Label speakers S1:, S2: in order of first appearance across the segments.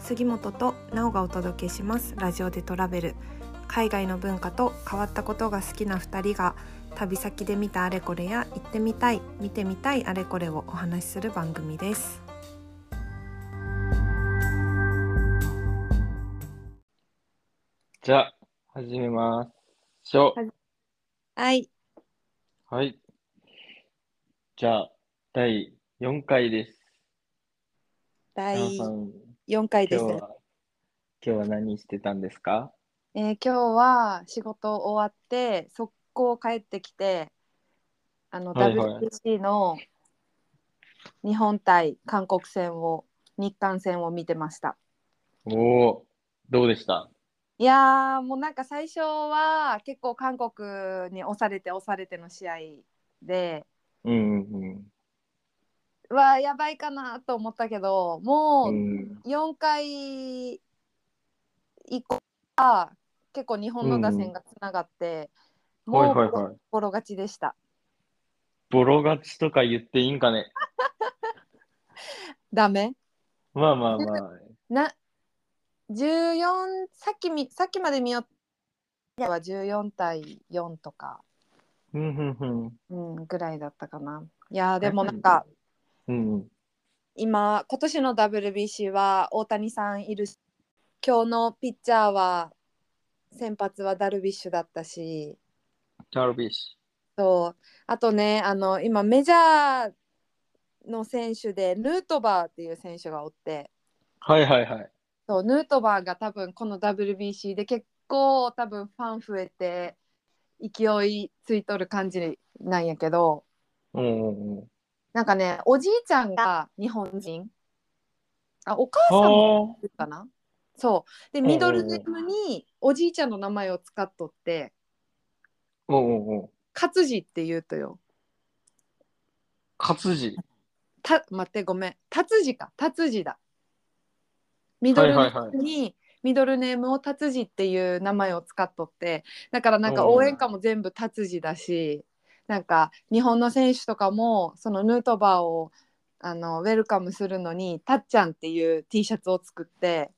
S1: 杉本となおがお届けしますラジオでトラベル海外の文化と変わったことが好きな2人が旅先で見たあれこれや行ってみたい見てみたいあれこれをお話しする番組です
S2: じゃあ、始めましょ
S1: はい、
S2: う。はい。じゃあ、第4回です。
S1: 第
S2: 奈緒さん、
S1: 4回
S2: 今日は、今日は何してたんですか
S1: えー今日は仕事終わって速攻帰ってきてあの、
S2: はいはい
S1: WBC の日本対韓国戦を日韓戦を見てました
S2: おお、どうでした
S1: いやーもうなんか最初は結構韓国に押されて押されての試合で
S2: うんうん
S1: うわーやばいかなと思ったけども
S2: うん。う
S1: うん4回以降は結構日本の打線がつながって、
S2: はい
S1: もう
S2: はいはい。
S1: ボロ勝ちでした。
S2: ボロ勝ちとか言っていいんかね
S1: ダメ
S2: まあまあまあ。
S1: な14さっきみさっきまで見よったは14対4とか、
S2: うんうんうん
S1: うん、ぐらいだったかないやーでもなんか
S2: うんうん。
S1: 今今年の WBC は大谷さんいるし今日のピッチャーは先発はダルビッシュだったし
S2: ダルビッシ
S1: そうあとねあの今メジャーの選手でヌートバーっていう選手がおって
S2: ュ。はいはいはい。
S1: そうヌートバーが多分この WBC で結構多分ファン増えて勢いついとる感じなんやけど
S2: うんうんうん。
S1: なんかねおじいちゃんが日本人あお母さんも
S2: はあ。
S1: いるかなそうで
S2: んうんうん
S1: ミドルネームにおじいちゃんの名前を使っとって
S2: うんうんうん。
S1: 勝治って言うとよ
S2: 勝治。
S1: た待ってごめん達治か達治だミドルネームに、
S2: はいはい
S1: ミドルネームを達治っていう名前を使っとってだからなんか
S2: うん
S1: 応援歌も全部達治だし、なんか日本の選手とかもそのヌートバーをあのウェルカムするのにたっちゃんっていう T シャツを作って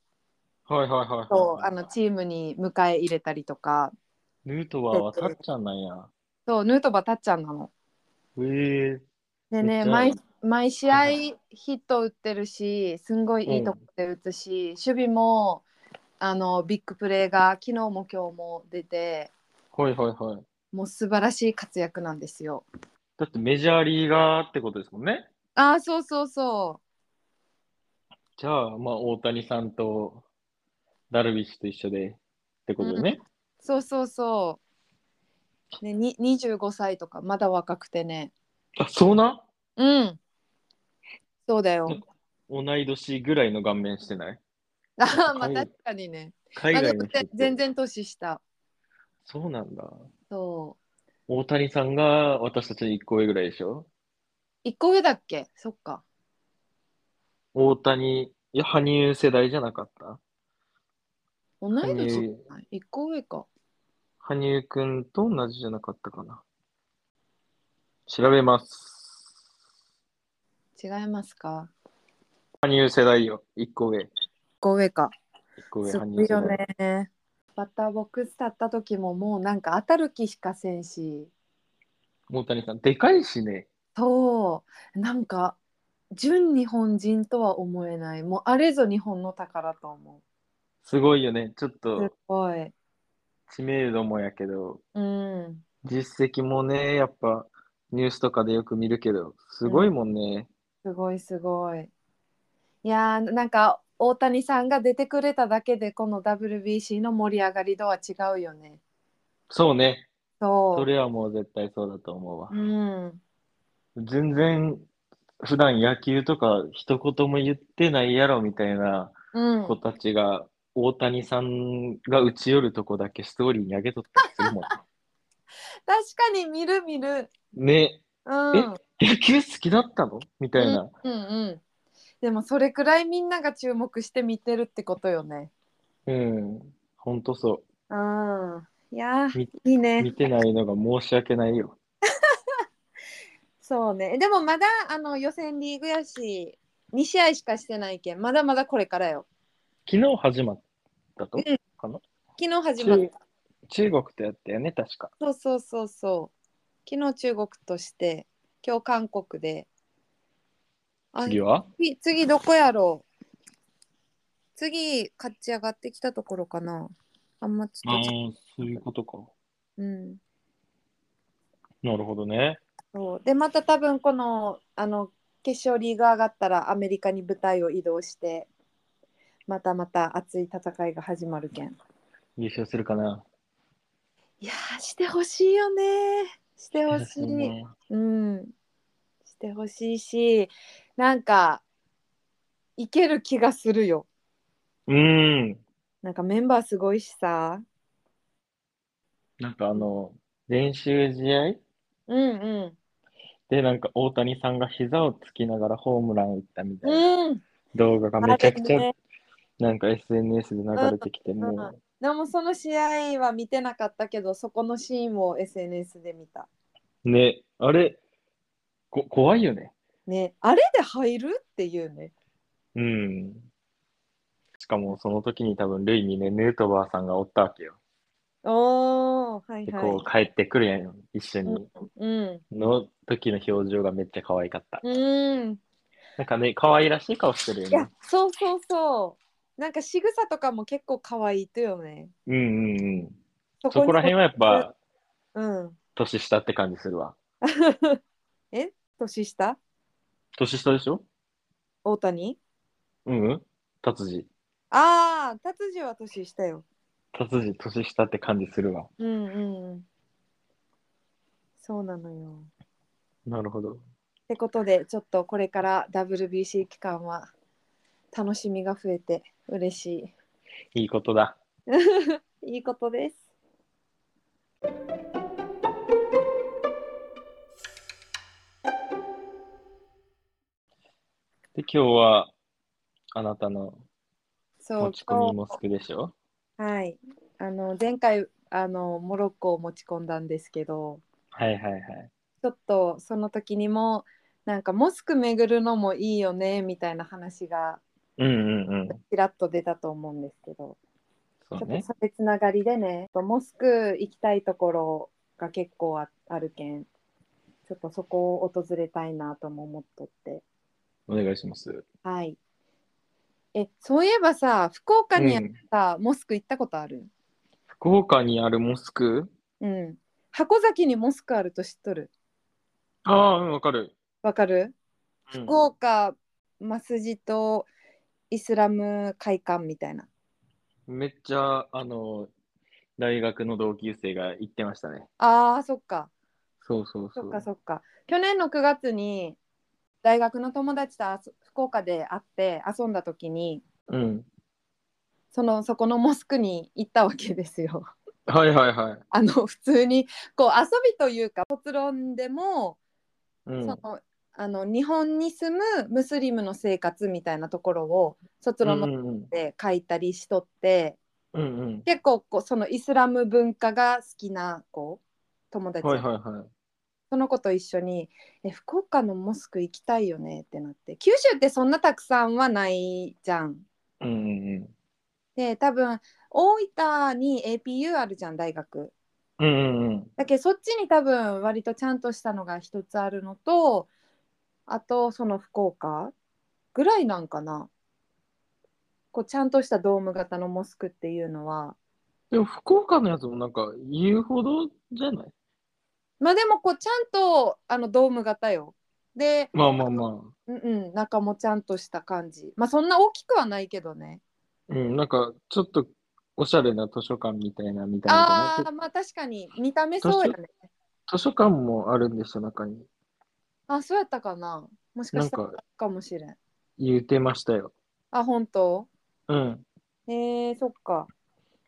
S2: はいはいはいはい。
S1: そうあのチームに迎え入れたりとか
S2: ヌートバーはたっちゃんなんや。
S1: そうヌートバーたっちゃんなの。
S2: ええ
S1: で
S2: め
S1: ね
S2: っちゃ
S1: 毎毎試合
S2: はい
S1: ヒット打ってるしすんごいいいとこで打つし、守備もあのビッグプレーが昨日も今日も出て
S2: はいはいはい。
S1: もう素晴らしい活躍なんですよ。
S2: だってメジャーリーガーってことですもんね。
S1: ああそうそうそ
S2: じゃあ、まあ、大谷さんとダルビッシュと一緒でってことね。
S1: うそうそうそう、ね、に25歳とかまだ若くてね
S2: あ、そうな
S1: うんそうだよ。
S2: 同い年ぐらいの顔面してない
S1: あーまあ確かにね。
S2: 海
S1: あで
S2: 外
S1: も
S2: の人って
S1: 全。然年下。
S2: そうなんだ。
S1: そ
S2: 大谷さんが私たちの1個上ぐらいでしょ
S1: う1個上だっけそっか。
S2: 大谷、いや、羽生世代じゃなかった
S1: 同い年じ
S2: 羽
S1: ゃない一個上か。
S2: 羽生くんと同じじゃなかったかな。調べます。
S1: 違いますか
S2: 羽生世代よ。1個上。1
S1: 個上か。
S2: 個上、
S1: す
S2: 羽
S1: ご
S2: 生
S1: い
S2: 世
S1: よ
S2: 代。
S1: ね。バッターボックス立った時ももうなんか当たる気しかせんし、
S2: 大谷さん、でかいしね。
S1: そうなんか純日本人とは思えない。もうあれぞ日本の宝と思
S2: すごいよね。ちょっ
S1: う。す
S2: と
S1: ごい。
S2: 知名度もやけど、
S1: うん。
S2: 実績もね、やっぱニュースとかでよく見るけど、すごいもんね。
S1: すごいすごい。いやーなんか大谷さんが出てくれただけでこの WBC の盛り上がり度は違うよね。
S2: そうね。
S1: そ。
S2: そうれはもう絶対そうだと思うわ
S1: う。ん。
S2: 全然、普段野球とか一言も言ってないやろみたいな
S1: うん。
S2: 子たちが、大谷さんが打ち寄るとこだけストーリーに上げとったりするもん。
S1: 確かに見る見る。
S2: ね、
S1: うん。
S2: え野球好きだったのみたいな。
S1: うんうん、でもそれくらいみんなが注目して見てるってことよね。
S2: うん。ほんとそ
S1: うん、いやー
S2: み。
S1: いいう
S2: 見
S1: ね
S2: てないのが申し訳ないよ。
S1: そうねでもまだあの予選リーグやし2試合しかしてないけんまだまだこれからよ。
S2: 昨日始まったと、
S1: うん
S2: かな
S1: 昨日始まっ
S2: 中中国とやったよね、確か。
S1: たそうそうそうそう昨日中国として今日韓国であ
S2: 次は
S1: 次次どこやろう次勝ち上がってきたところかなあんまち
S2: あ
S1: ょ
S2: あ
S1: っと、
S2: そういうことか。
S1: うん、
S2: なるほどね。
S1: そうでまた多分このあの決勝リーグ上がったらアメリカに舞台を移動してまたまた熱い戦いが始まるけん
S2: 優勝するかな。
S1: いやーしてほしいよねしてほし
S2: そう
S1: い
S2: ね
S1: うんしてほしいしなんかいける気がするよ
S2: うん。
S1: なんかメンバーすごいしさ
S2: なんかあの、練習試合
S1: うんうん
S2: で、なんか大谷さんが膝をつきながらホームラン打ったみたいな
S1: うん
S2: 動画がめちゃくち
S1: あれ
S2: ゃ
S1: ね
S2: なんか SNS で流れてきて、
S1: ん
S2: もう、
S1: でもその試合は見てなかったけどそこのシーンを SNS で見た
S2: ね、あれ、こ、怖いよね。
S1: ねあれで入るっていうね
S2: うん。しかもその時に多分ルイにね、ヌートバーさんがおったわけよ。
S1: おーはい
S2: で、
S1: はい
S2: こう帰ってくるやん、一緒に。
S1: うん
S2: の時の表情がめっちゃ可愛かった。
S1: うん
S2: なんかね、可愛らしい顔してるよ
S1: いや
S2: ね。
S1: そうそうそうなんか仕草とかも結構可愛いとよね
S2: うんうんうん。
S1: そ
S2: そこら辺はやっぱ
S1: うん
S2: 年下って感じするわ。
S1: え年下
S2: 年下でしょ
S1: 大谷
S2: うんうん。達治。
S1: ああ達治は年下よ
S2: 達治、年下って感じするわ。
S1: うんうんうんそうなのよ
S2: なるほど。
S1: ってことでちょっとこれから WBC 期間は楽しみが増えて嬉し
S2: いいことだ。
S1: いいいことです
S2: で、今日は、あなたの
S1: そ
S2: 持
S1: う
S2: ち込みもすくでしょ
S1: はいあの前回あのモロッコを持ち込んだんですけど
S2: はいはいはい。
S1: ちょっとその時にもなんかモスク巡るのもいいよねみたいな話が
S2: うんうんうん。
S1: ちらっと出たと思うんですけど、
S2: そう
S1: ちょっと
S2: ね。
S1: 差別ながりでねモスク行きたいところが結構ああるけんちょっとそこを訪れたいなとも思っとって
S2: お願いします。
S1: はいえそういえばさ福岡にあっ
S2: うん
S1: たモスク行ったことある
S2: 福岡にあるモスク
S1: うん、箱崎にモスクあると知っとる
S2: ああ、うん、わかる。
S1: わかる
S2: うん
S1: 福岡マスジとイスラム会館みたいな
S2: めっちゃ、あの、大学の同級生が行ってましたね。
S1: あーそっか
S2: そうそうそ
S1: そっ
S2: う。
S1: かそっか去年の9月に大学の友達とあそ福岡で会って遊んだ時に
S2: うん。
S1: そのそこのモスクに行ったわけですよ
S2: はいはいはい。
S1: あの普通にこう遊びというか卒論でも、
S2: うん。
S1: そのあの日本に住むムスリムの生活みたいなところを卒論
S2: う
S1: の
S2: んうん
S1: で書いたりしとって、
S2: うんうん
S1: 結構こうそのイスラム文化が好きな子友達、
S2: はいはいはい。
S1: その子と一緒に「え福岡のモスク行きたいよね」ってなって九州ってそんなたくさんはないじゃん。
S2: うんうん
S1: で多分大分に APU あるじゃん大学。
S2: うん。うんうんうん。
S1: だけどそっちに多分割とちゃんとしたのが一つあるのとあとその福岡ぐらいなんかな。こうちゃんとしたドーム型のモスクっていうのは
S2: でも福岡のやつもなんか言うほどじゃない
S1: まあでもこうちゃんとあのドーム型よ。で
S2: まあまあまあ。
S1: うんうん、中もちゃんとした感じ。まあそんな大きくはないけどね。
S2: うん、なんかちょっとおしゃれな図書館みたいなみたいな
S1: あ
S2: のかな。
S1: あ、まあ確かに見た目そうやね。
S2: 図書館もあるんですよ、中に。
S1: あ、そうやったかな。もしかしたら
S2: なんか
S1: かもしれん。
S2: 言うてましたよ。
S1: あ、本当
S2: うん。
S1: えー、そっか。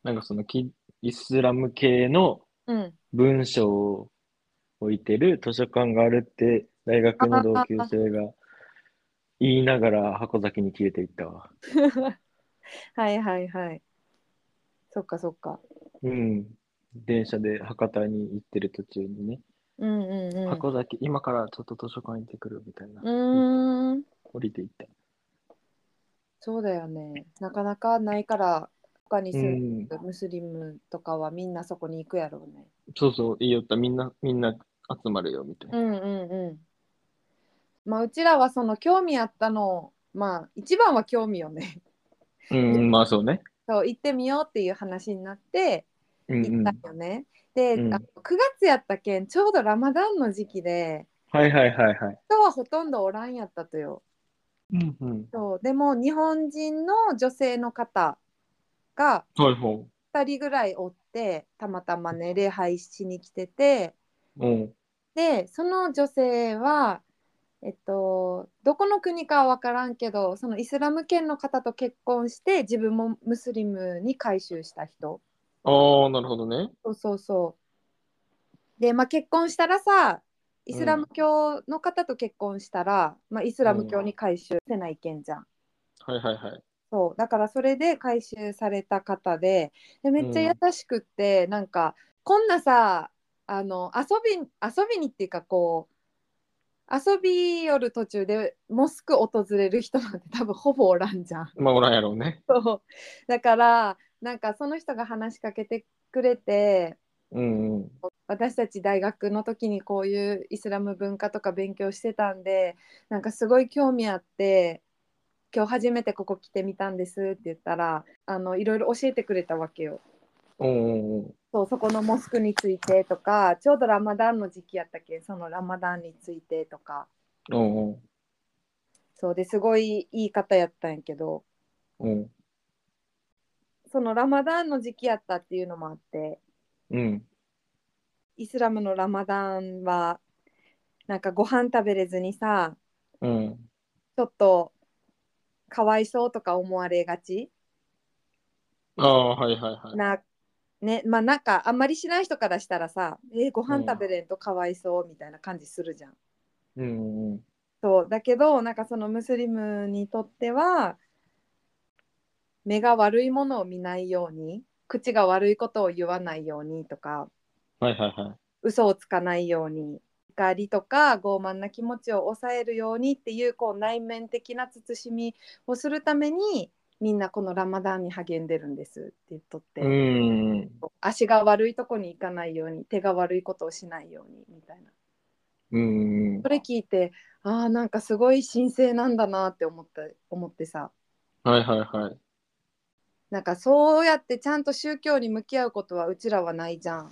S2: なんかそのキイスラム系の
S1: うん。
S2: 文章を置いてる図書館があるって大学の同級生が言いながら箱崎に消えていったわ。
S1: はいはいはい。そっかそっか。
S2: うん。電車で博多に行ってる途中にね、
S1: うんうんうん。
S2: 箱崎、今からちょっと図書館行ってくるみたいな、
S1: うーん。
S2: 降りていった。
S1: そうだよね。なかなかないから、他に
S2: う
S1: 住む、
S2: ん、
S1: ムスリムとかはみんなそこに行くやろうね。
S2: そうそう、いいよった、みんな、みんな集まるよ、みたいな。
S1: うんうんうん。まあ、うちらはその興味あったの、まあ、一番は興味よね。
S2: うん、うん、まあそうね。
S1: そう、行ってみようっていう話になって、
S2: うん、
S1: 行
S2: う
S1: っ
S2: ん。
S1: た
S2: は
S1: んよね。で、
S2: うん
S1: あの9月やったけん、ちょうどラマダンの時期で、
S2: いはいはいはい。
S1: 人はほとんどおらんやったとよ。
S2: うん、うん。
S1: そうでも日本人の女性の方が
S2: はいはい。
S1: 2人ぐらいおってたまたまね礼拝しに来てて
S2: うん。
S1: でその女性はえっとどこの国かは分からんけどそのイスラム圏の方と結婚して自分もムスリムに改宗した人
S2: ああ、なるほどね。
S1: そうそうそうでまあ結婚したらさイスラム教の方と結婚したら、まあ、イスラム教に改宗せないけんじゃん。
S2: はいはいはい。
S1: そうだからそれで回収された方ででめっちゃ優しくって、なんかこんなさあの遊び遊びにっていうかこう遊び寄る途中でモスク訪れる人なんて多分ほぼおらんじゃん。
S2: まあ、おらんやろうね。
S1: そうだからなんかその人が話しかけてくれて
S2: うん、うん。
S1: 私たち大学の時にこういうイスラム文化とか勉強してたんでなんかすごい興味あって今日初めてここ来てみたんですって言ったらあのいろいろ教えてくれたわけよ
S2: うん、うんうん。
S1: そうそこのモスクについてとかちょうどラマダンの時期やったっけそのラマダンについてとか
S2: うん、うん。
S1: そうですごいいい方やったんやけど
S2: うん。
S1: そのラマダンの時期やったっていうのもあって
S2: うん。
S1: イスラムのラマダンはなんかご飯食べれずにさ
S2: うん。
S1: ちょっとかわいそうとか思われがち
S2: ああ、はいはいはい。
S1: な,、ねまあ、なんかあんまりしない人からしたらさ「えーご飯食べれんとかわいそう」みたいな感じするじゃん。
S2: うん、うん。
S1: そうだけどなんかそのムスリムにとっては目が悪いものを見ないように口が悪いことを言わないようにとか
S2: はいはいはい。
S1: 嘘をつかないように怒りとか傲慢な気持ちを抑えるようにっていうこう内面的な慎みをするためにみんなこのラマダンに励んでるんですって言っとって、
S2: うん。
S1: 足が悪いとこに行かないように手が悪いことをしないようにみたいな
S2: うん。
S1: それ聞いてああんかすごい神聖なんだなって思った思ってさ
S2: はいはいはい。
S1: なんかそうやってちゃんと宗教に向き合うことはうちらはないじゃん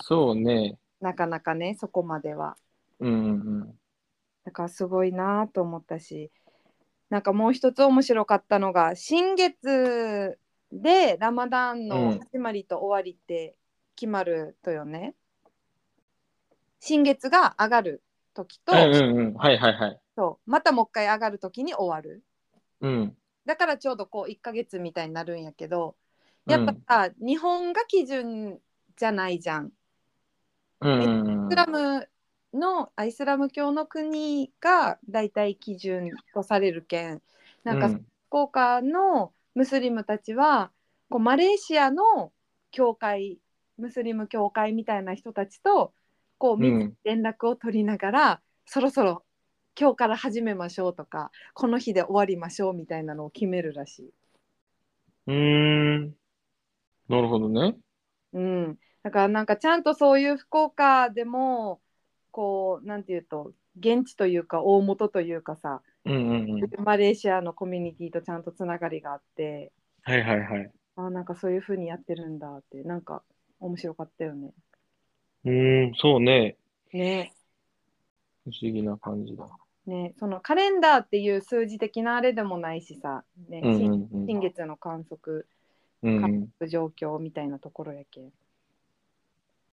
S2: そうね。
S1: なかなかねそこまでは。
S2: うん、うん。
S1: だからすごいなと思ったしなんかもう一つ面白かったのが新月でラマダン
S2: う
S1: の
S2: ん
S1: 始まりと終わりって決まるとよね、新月が上がる時と、
S2: うん、うん、うん。はいはいはい。
S1: そうまたもう一回上がる時に終わる
S2: うん。
S1: だからちょうどこう1ヶ月みたいになるんやけどやっぱさ、日本が基準じゃないじゃん
S2: うん、うんうん
S1: イスラムのあイスラム教の国が大体基準とされるけんなんか
S2: う
S1: 福岡のムスリムたちはこうマレーシアの教会ムスリム教会みたいな人たちとこうみんな
S2: うん
S1: 連絡を取りながら、そろそろ今日から始めましょうとかこの日で終わりましょうみたいなのを決めるらしい。
S2: うーん。なるほどね。
S1: うん、だからなんかちゃんとそういう福岡でもこうなんていうと現地というか大元というかさ
S2: うんうんうん。
S1: マレーシアのコミュニティとちゃんとつながりがあって
S2: はいはいはい。
S1: あーなんかそういう風にやってるんだってなんか面白かったよね。
S2: うーん、そうね。
S1: ね
S2: 不思議な感じだ。
S1: ねそのカレンダーっていう数字的なあれでもないしさ、ね
S2: うんうん
S1: 新
S2: うん。
S1: 新月の観測
S2: うん
S1: 状況みたいなところやけん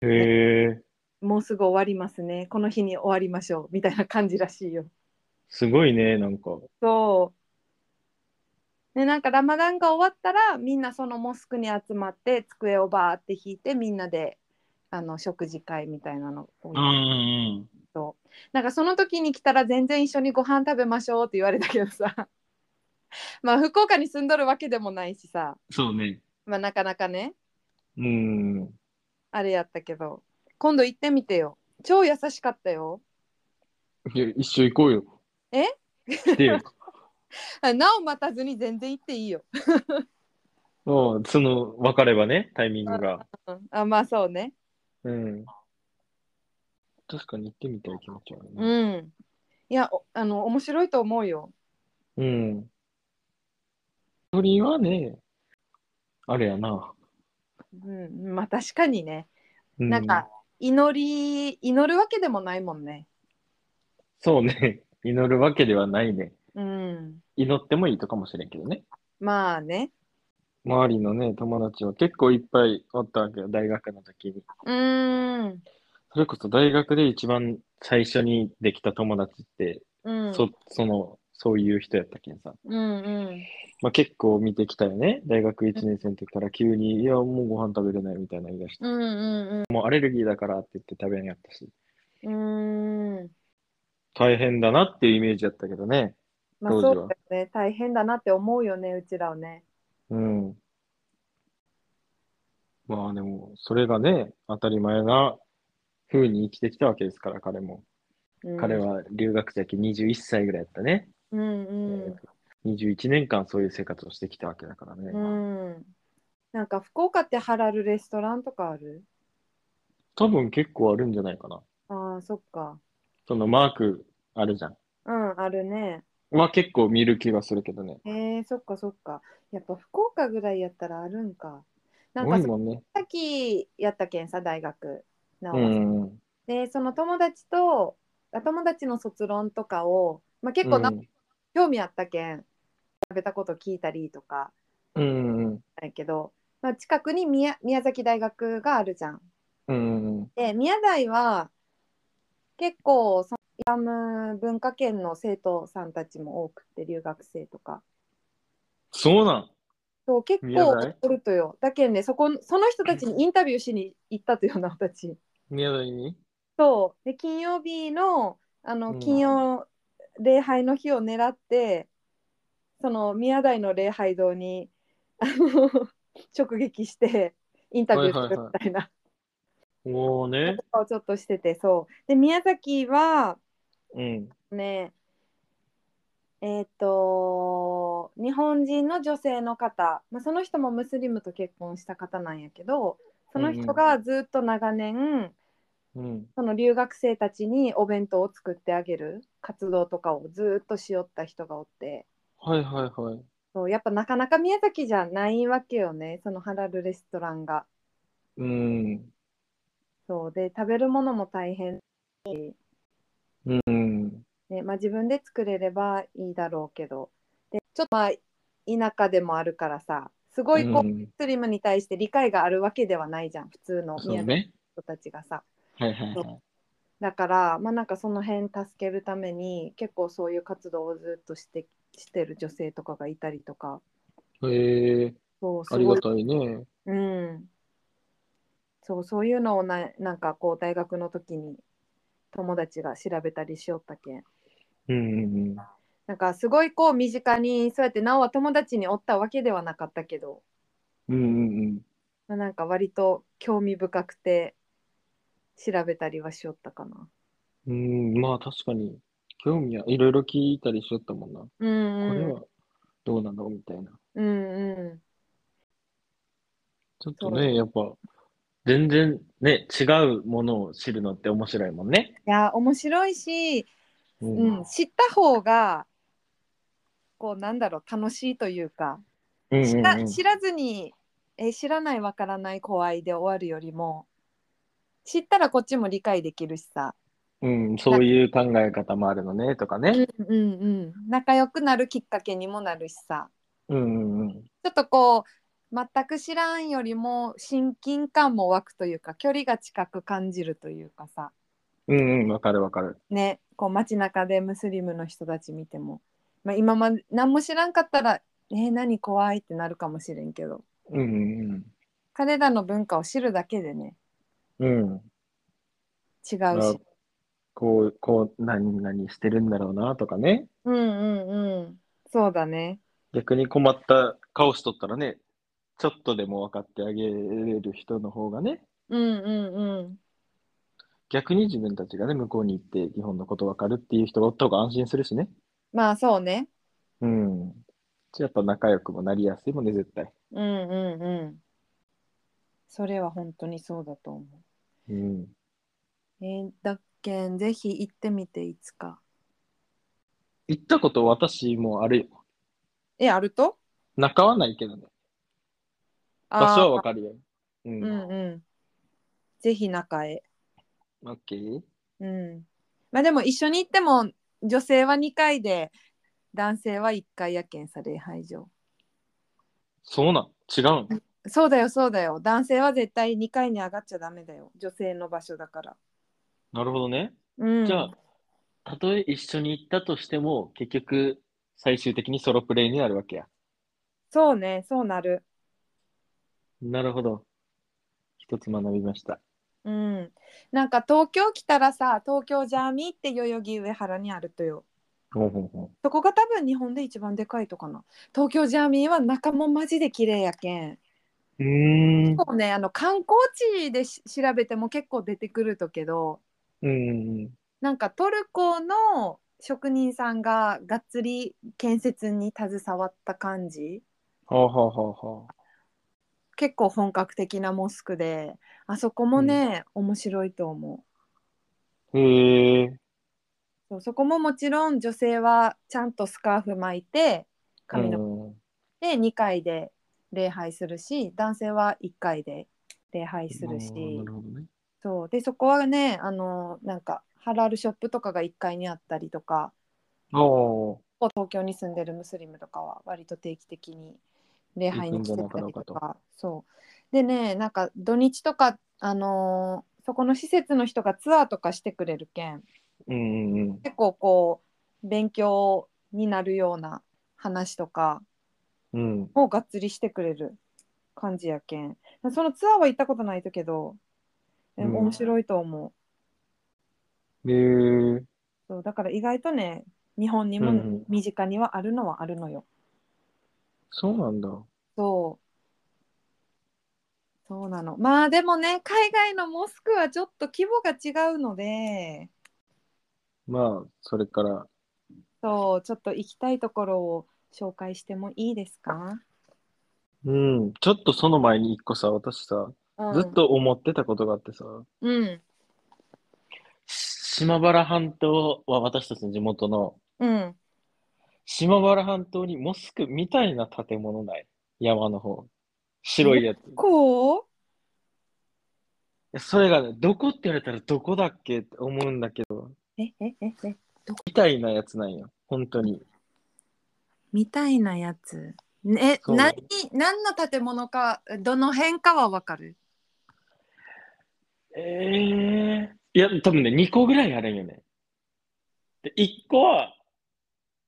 S2: うん。へえ、
S1: もうすぐ終わりますねこの日に終わりましょうみたいな感じらしいよ。
S2: すごいね、なんか。
S1: そう。でなんかラマダンが終わったらみんなそのモスクに集まって机をバーって引いてみんなであの食事会みたいなのを
S2: うんうん
S1: なんかその時に来たら全然一緒にご飯食べましょうって言われたけどさ まあ福岡に住んどるわけでもないしさ、
S2: そうね。
S1: まあ、なかなかね
S2: うん。
S1: あれやったけど今度行ってみてよ超優しかったよ
S2: いや、一緒行こうよ。
S1: え
S2: 来てよ。
S1: あなお待たずに全然行っていいよ。
S2: うん、その、分かればね、タイミングが。
S1: うんあまあそうね。
S2: うん。確かに行ってみたい気持ちはある
S1: う
S2: ね。
S1: ん。いやおあの面白いと思うよ。
S2: うん。鳥はね、あれやな。
S1: うん、まあ確かにね。
S2: う
S1: なんか、祈り祈るわけでもないもんね。
S2: そうね。祈るわけではないね。
S1: うん。
S2: 祈ってもいいとかもしれんけどね。
S1: まあね。
S2: 周りのね、友達は結構いっぱいおったわけよ、大学の時に。
S1: うん。
S2: それこそ大学で一番最初にできた友達って、
S1: うん。
S2: そその、そういう人やったけんさ。
S1: うんうん。
S2: まあ、結構見てきたよね。大学1年生の時から急に、いや、もうご飯食べれないみたいな言い出して、
S1: うんうん
S2: もうアレルギーだからって言って食べんやったし、
S1: うん。うん。
S2: 大変だなっていうイメージやったけどね。
S1: まあ
S2: 当時
S1: そ
S2: は
S1: うだよね。大変だなって思うよね、うちらをね。
S2: うん。まあでも、それがね、当たり前な風に生きてきたわけですから、彼も。
S1: うん、
S2: 彼。は留学生やけ21歳ぐらいやったね。
S1: うんうん。
S2: 21年間そういう生活をしてきたわけだからね。
S1: うん、なんか福岡ってハラルレストランとかある
S2: 多分結構あるんじゃないかな。
S1: ああそっか
S2: そのマークあるじゃん。
S1: うんあるね
S2: まあ結構見る気がするけどね。
S1: へえそっかそっかやっぱ福岡ぐらいやったらあるんかなん
S2: 多
S1: か
S2: い
S1: さ
S2: もんね。
S1: っきやったけんさ大学なお
S2: う
S1: さん
S2: ん。
S1: でその友達とあ友達の卒論とかを、まあ、結構な、
S2: うん
S1: 興味あったけん食べたこと聞いたりとか
S2: うんうん
S1: だけど、まあ、近くに宮宮崎大学があるじゃん
S2: うんうん
S1: で宮台は結構そのイラム文化圏の生徒さんたちも多くて留学生とか
S2: そうなん
S1: そう結
S2: 宮
S1: 構
S2: 台
S1: おるとよだけんねそこその人たちにインタビューしに行ったというような人たち
S2: 宮台に
S1: そうで金曜日のあの
S2: うん
S1: 金曜礼拝の日を狙ってその宮台の礼拝堂に あの直撃してインタビューするみたいな
S2: もうね。
S1: ことをちょっとしててそうで宮崎は
S2: うん。
S1: ねえっ、と日本人の女性の方、まあ、その人もムスリムと結婚した方なんやけどその人がずっと長年、
S2: うん。
S1: その留学生たちにお弁当を作ってあげる活動とかをずっとしよった人がおって
S2: はいはいはい。
S1: そうやっぱなかなか宮崎じゃないわけよねそのハラルレストランが。
S2: うん。
S1: そうで食べるものも大変、
S2: うん。
S1: ねまあ、自分で作れればいいだろうけどでちょっとまあ田舎でもあるからさすごいこう、
S2: うん
S1: スリムに対して理解があるわけではないじゃん普通の
S2: そ
S1: 宮
S2: う
S1: 崎の
S2: ね。
S1: 人たちがさ、
S2: はいはいはい。
S1: だからまあなんかその辺助けるために結構そういう活動をずっとしてしてる女性とかがいたりとか
S2: へえ
S1: そうす
S2: ありが
S1: ごい
S2: たいね。
S1: うんそうそういうのをななんかこう大学の時に友達が調べたりしよったけん
S2: うん。
S1: なんかすごいこう身近にそうやってなおは友達におったわけではなかったけど、
S2: うんうん
S1: まあ、なんか割と興味深くて調べたりはしよったかな。
S2: うん。うん。まあ確かに、興味はいろいろ聞いたりしよったもんな。こ
S1: うん
S2: れ
S1: うん
S2: はどうなのみたいな。
S1: うんうん
S2: ちょっと
S1: そう
S2: ね、やっぱ、全然ね、違うものを知るのって面白いもんね。
S1: いや面白いし、
S2: う
S1: うん、知った方がこうなんだろう楽しいというか
S2: うんうん
S1: 知
S2: うん
S1: ら,、知らずにえ知らないわからない怖いで終わるよりも知ったらこっちも理解できるしさ、
S2: うん、そういう考え方もあるのね、とかね。
S1: うんうん、仲良くなるきっかけにもなるしさ
S2: うんうんうん。
S1: ちょっとこう全く知らんよりも親近感も湧くというか距離が近く感じるというかさ
S2: うんうん、わかるわかる。
S1: ね、こう街中でムスリムの人たち見ても、まあ、今まで何も知らんかったら「えー何怖い」ってなるかもしれんけど
S2: うん
S1: 彼らの文化を知るだけでね
S2: うんうん。うん。
S1: 違
S2: あ
S1: うし
S2: こう、こう、何々してるんだろうな、とかね。
S1: うんうんうんそうだね
S2: 逆に困った顔しとったらね、ちょっとでも分かってあげれる人の方がね、
S1: うんうんうん
S2: 逆に自分たちがね、向こうに行って日本のこと分かるっていう人がおった方が安心するしね。
S1: まあそうね
S2: ううん。やっぱ仲良くもなりやすいもんね、絶対。
S1: うんうんうん。それは本当にそうだと思
S2: うん。
S1: う。えー、だっけん、ぜひ行ってみて、いつか。
S2: 行ったこと私もあるよ。
S1: え、あると
S2: 仲はないけどね。場所はわかるよ。う
S1: あ
S2: ん。
S1: ーうんうん。ぜひ中へ。
S2: オッケー
S1: うん。まあでも一緒に行っても女性は2回で男性は1回やけんさ礼拝場。
S2: そうなん違うん
S1: そうだよそうだよ。男性は絶対2回に上がっちゃダメだよ。女性の場所だから。
S2: なるほどね。
S1: うん、
S2: じゃあ、たとえ一緒に行ったとしても、結局、最終的にソロプレイになるわけや。
S1: そうねそうなる。
S2: なるほど。一つ学びました。
S1: うん。なんか東京来たらさ東京ジャーミーって代々木上原にあるとよ。
S2: ほうほうほ
S1: そこが多分日本で一番でかいとかな。東京ジャーミーは中もマジで綺麗やけん。
S2: う。うーん。
S1: 結構ねあの観光地でし調べても結構出てくるとけど。
S2: うんうん。
S1: なんかトルコの職人さんががっつり建設に携わった感じ
S2: ほうほうほうほ
S1: 結構本格的なモスクであそこもね、面白いと思う
S2: う。へえ。
S1: そうそこももちろん女性はちゃんとスカーフ巻いて髪の
S2: の
S1: 毛で2回で礼拝するし男性は1回で礼拝するし、
S2: なるほどね。
S1: そうでそこはねあのなんかハラルショップとかが1階にあったりとか
S2: おー
S1: 東京に住んでるムスリムとかは割と定期的に礼拝に来てた
S2: 行くん
S1: り
S2: じゃ
S1: と
S2: なかろう
S1: かそうでねなんか土日とかあのーそこの施設の人がツアーとかしてくれるけん
S2: うんうんうん。
S1: 結構こう勉強になるような話とか
S2: うん。
S1: をがっつりしてくれる感じやけんそのツアーは行ったことないとけど、え
S2: うん
S1: 面白いと思う
S2: へえ。
S1: そうだから意外とね日本に
S2: うんう
S1: も
S2: ん
S1: 身近にはあるのはあるのよ、
S2: そうなんだ。
S1: そう。そうなの。まあでもね、海外のモスクはちょっと規模が違うので、
S2: まあ、それから、
S1: そう、ちょっと行きたいところを紹介してもいいですか、
S2: うん。ちょっとその前に一個さ、私さ、
S1: うん、
S2: ずっ。と思ってたことがあってさ、
S1: うん。
S2: し島原半島は私たちの地元の、
S1: うん。
S2: 島原半島にモスクみたいな建物ない山の方。白いやつ。
S1: こう
S2: それがね、どこって言われたらどこだっけって思うんだけど、
S1: ええええ
S2: みたいなやつなんよ。本当に。
S1: みたいなやつ。ね、
S2: そう
S1: 何何の建物か、どの辺かはわかる。
S2: ええいや、多分ね、2個ぐらいあるんよね。で、1個は、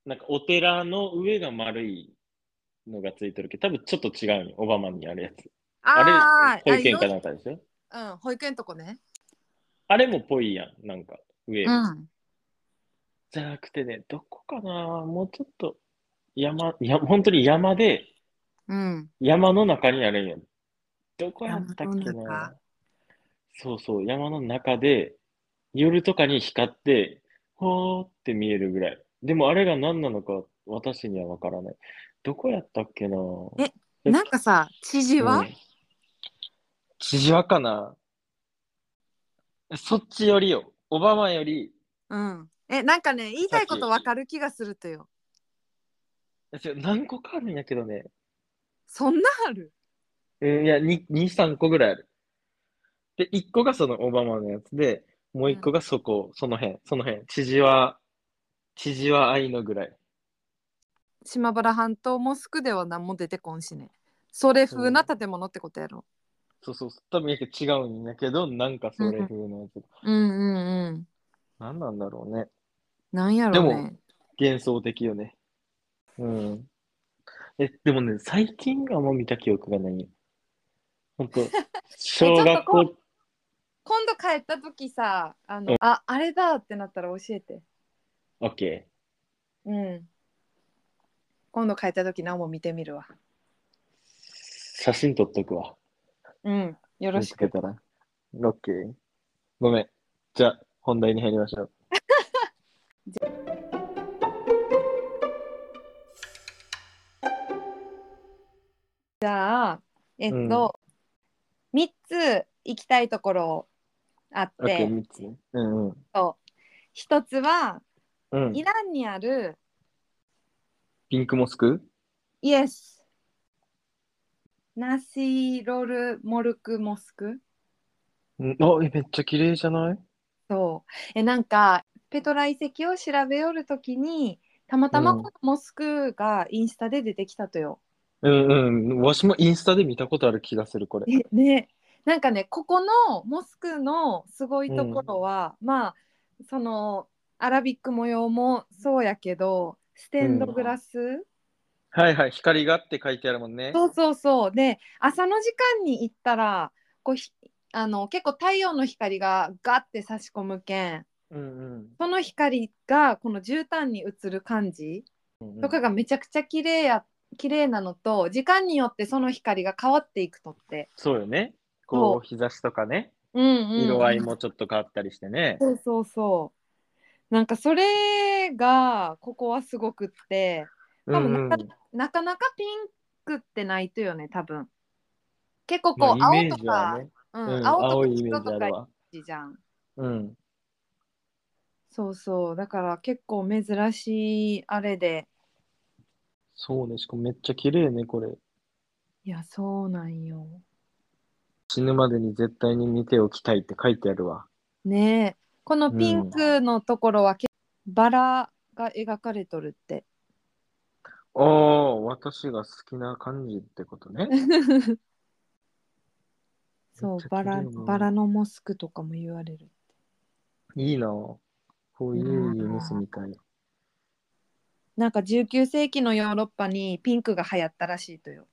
S2: なんかお寺の上が丸いのがついてるけど、多分ちょっと違うよ。オバマにあるやつ。あ
S1: あ
S2: れ、
S1: ー
S2: 保育園か
S1: あ
S2: なんかでしょ
S1: ようん、保育園とこね。
S2: あれもぽいやん、なんか、上。
S1: うん。
S2: じゃなくてね、どこかなもうちょっと、山、いや、本当に山で、
S1: うん。
S2: 山の中にあるんやん。どこやったっけ
S1: 山の
S2: な
S1: 中
S2: そうそう、山の中で、夜とかに光って、ほーって見えるぐらい。でもあれが何なのか私にはわからない。どこやったっけな
S1: えなんかさ、知事は、
S2: うん千々和かなそっちよりよ。オバマより、
S1: うん。え、なんかね、言いたいことわかる気がするとよ。
S2: え何個かあるんやけどね。
S1: そんなある
S2: うん、いや、2、2、3個ぐらいある。で、1個がそのオバマのやつで、もう1個がそこ、その辺、その辺、知事は、知事は愛のぐらい。
S1: 島原半島モスクでは何も出てこんしね。それ風な建物ってことやろ。
S2: そうそうそう、多分やけど違うんやけど、なんかそれ風のやつ。
S1: うんうんうん。
S2: 何なんだろうね。
S1: なんやろう
S2: で
S1: ね。
S2: 幻想的よね。うん。え、でもね、最近あんま見た記憶がないよ。ほ んと、小学
S1: ちょっ
S2: 校、
S1: 今度帰った時さ、あの、あ、あれだってなったら教えて。
S2: オッケ
S1: うん。今度帰った時何も見てみるわ。
S2: ー。写真撮っとくわ。
S1: うん。よろし
S2: 見つけ
S1: く。
S2: たら。オッケー。ごめん。じゃあ、本題に入りましょう。
S1: じゃあえっと、三3つ行きたいところあっ
S2: オッケー、
S1: て
S2: 三つね。うんうん。
S1: 一つは
S2: うん
S1: イランにある
S2: ピンクモスク
S1: イエスナシロル・モルク・モスク
S2: うんあ、えめっちゃ綺麗じゃない
S1: そうえなんかペトラ遺跡を調べよるときにたまたま
S2: うん
S1: このモスクがインスタで出てきたとよ。
S2: うんうん。わしもインスタで見たことある気がする、これ。
S1: えねなんかねここのモスクのすごいところは、まあそのアラビック模様もそうやけどステンドグラス、
S2: はいはい、光がって書いてあるもんね。
S1: そうそうそうで朝の時間に行ったらこうひあの結構太陽の光がガッて差し込むけん
S2: うん
S1: その光がこの絨毯に映る感じ
S2: うん。
S1: とかがめちゃくちゃ綺麗や綺麗なのと時間によってその光が変わっていくとって、
S2: そうよね。こう、日差しとかね、
S1: うんうん
S2: 色合いもちょっと変わったりしてね。
S1: そうそうそうなんかそれがここはすごくって
S2: うんうん
S1: 多分なかなかピンクってないとよね多分結構
S2: ま
S1: こ
S2: あ
S1: う
S2: イメ
S1: 青
S2: ー
S1: と
S2: ジは
S1: か、
S2: ね、
S1: うん
S2: うん
S1: 青と
S2: 青
S1: か
S2: いイメー
S1: 白
S2: ジあ
S1: と
S2: る
S1: か
S2: わ。
S1: じゃん
S2: うん。
S1: そうそうだから結構珍しいあれで
S2: そうね、しかもめっちゃ綺麗ね、これ。
S1: いやそうなんよ
S2: 死ぬまでに絶対に見ておきたいって書いてあるわ。
S1: ねえこのピンクのところはけ、バラが描かれとるって
S2: ああ、私が好きな感じってことね。め
S1: そう
S2: っちゃ
S1: バ
S2: 綺麗
S1: ラ
S2: な
S1: バラのモスクとかも言われる
S2: いいなあこういう家に住みたい。
S1: なんか19世紀のヨーロッパにピンクが流行ったらしいとよ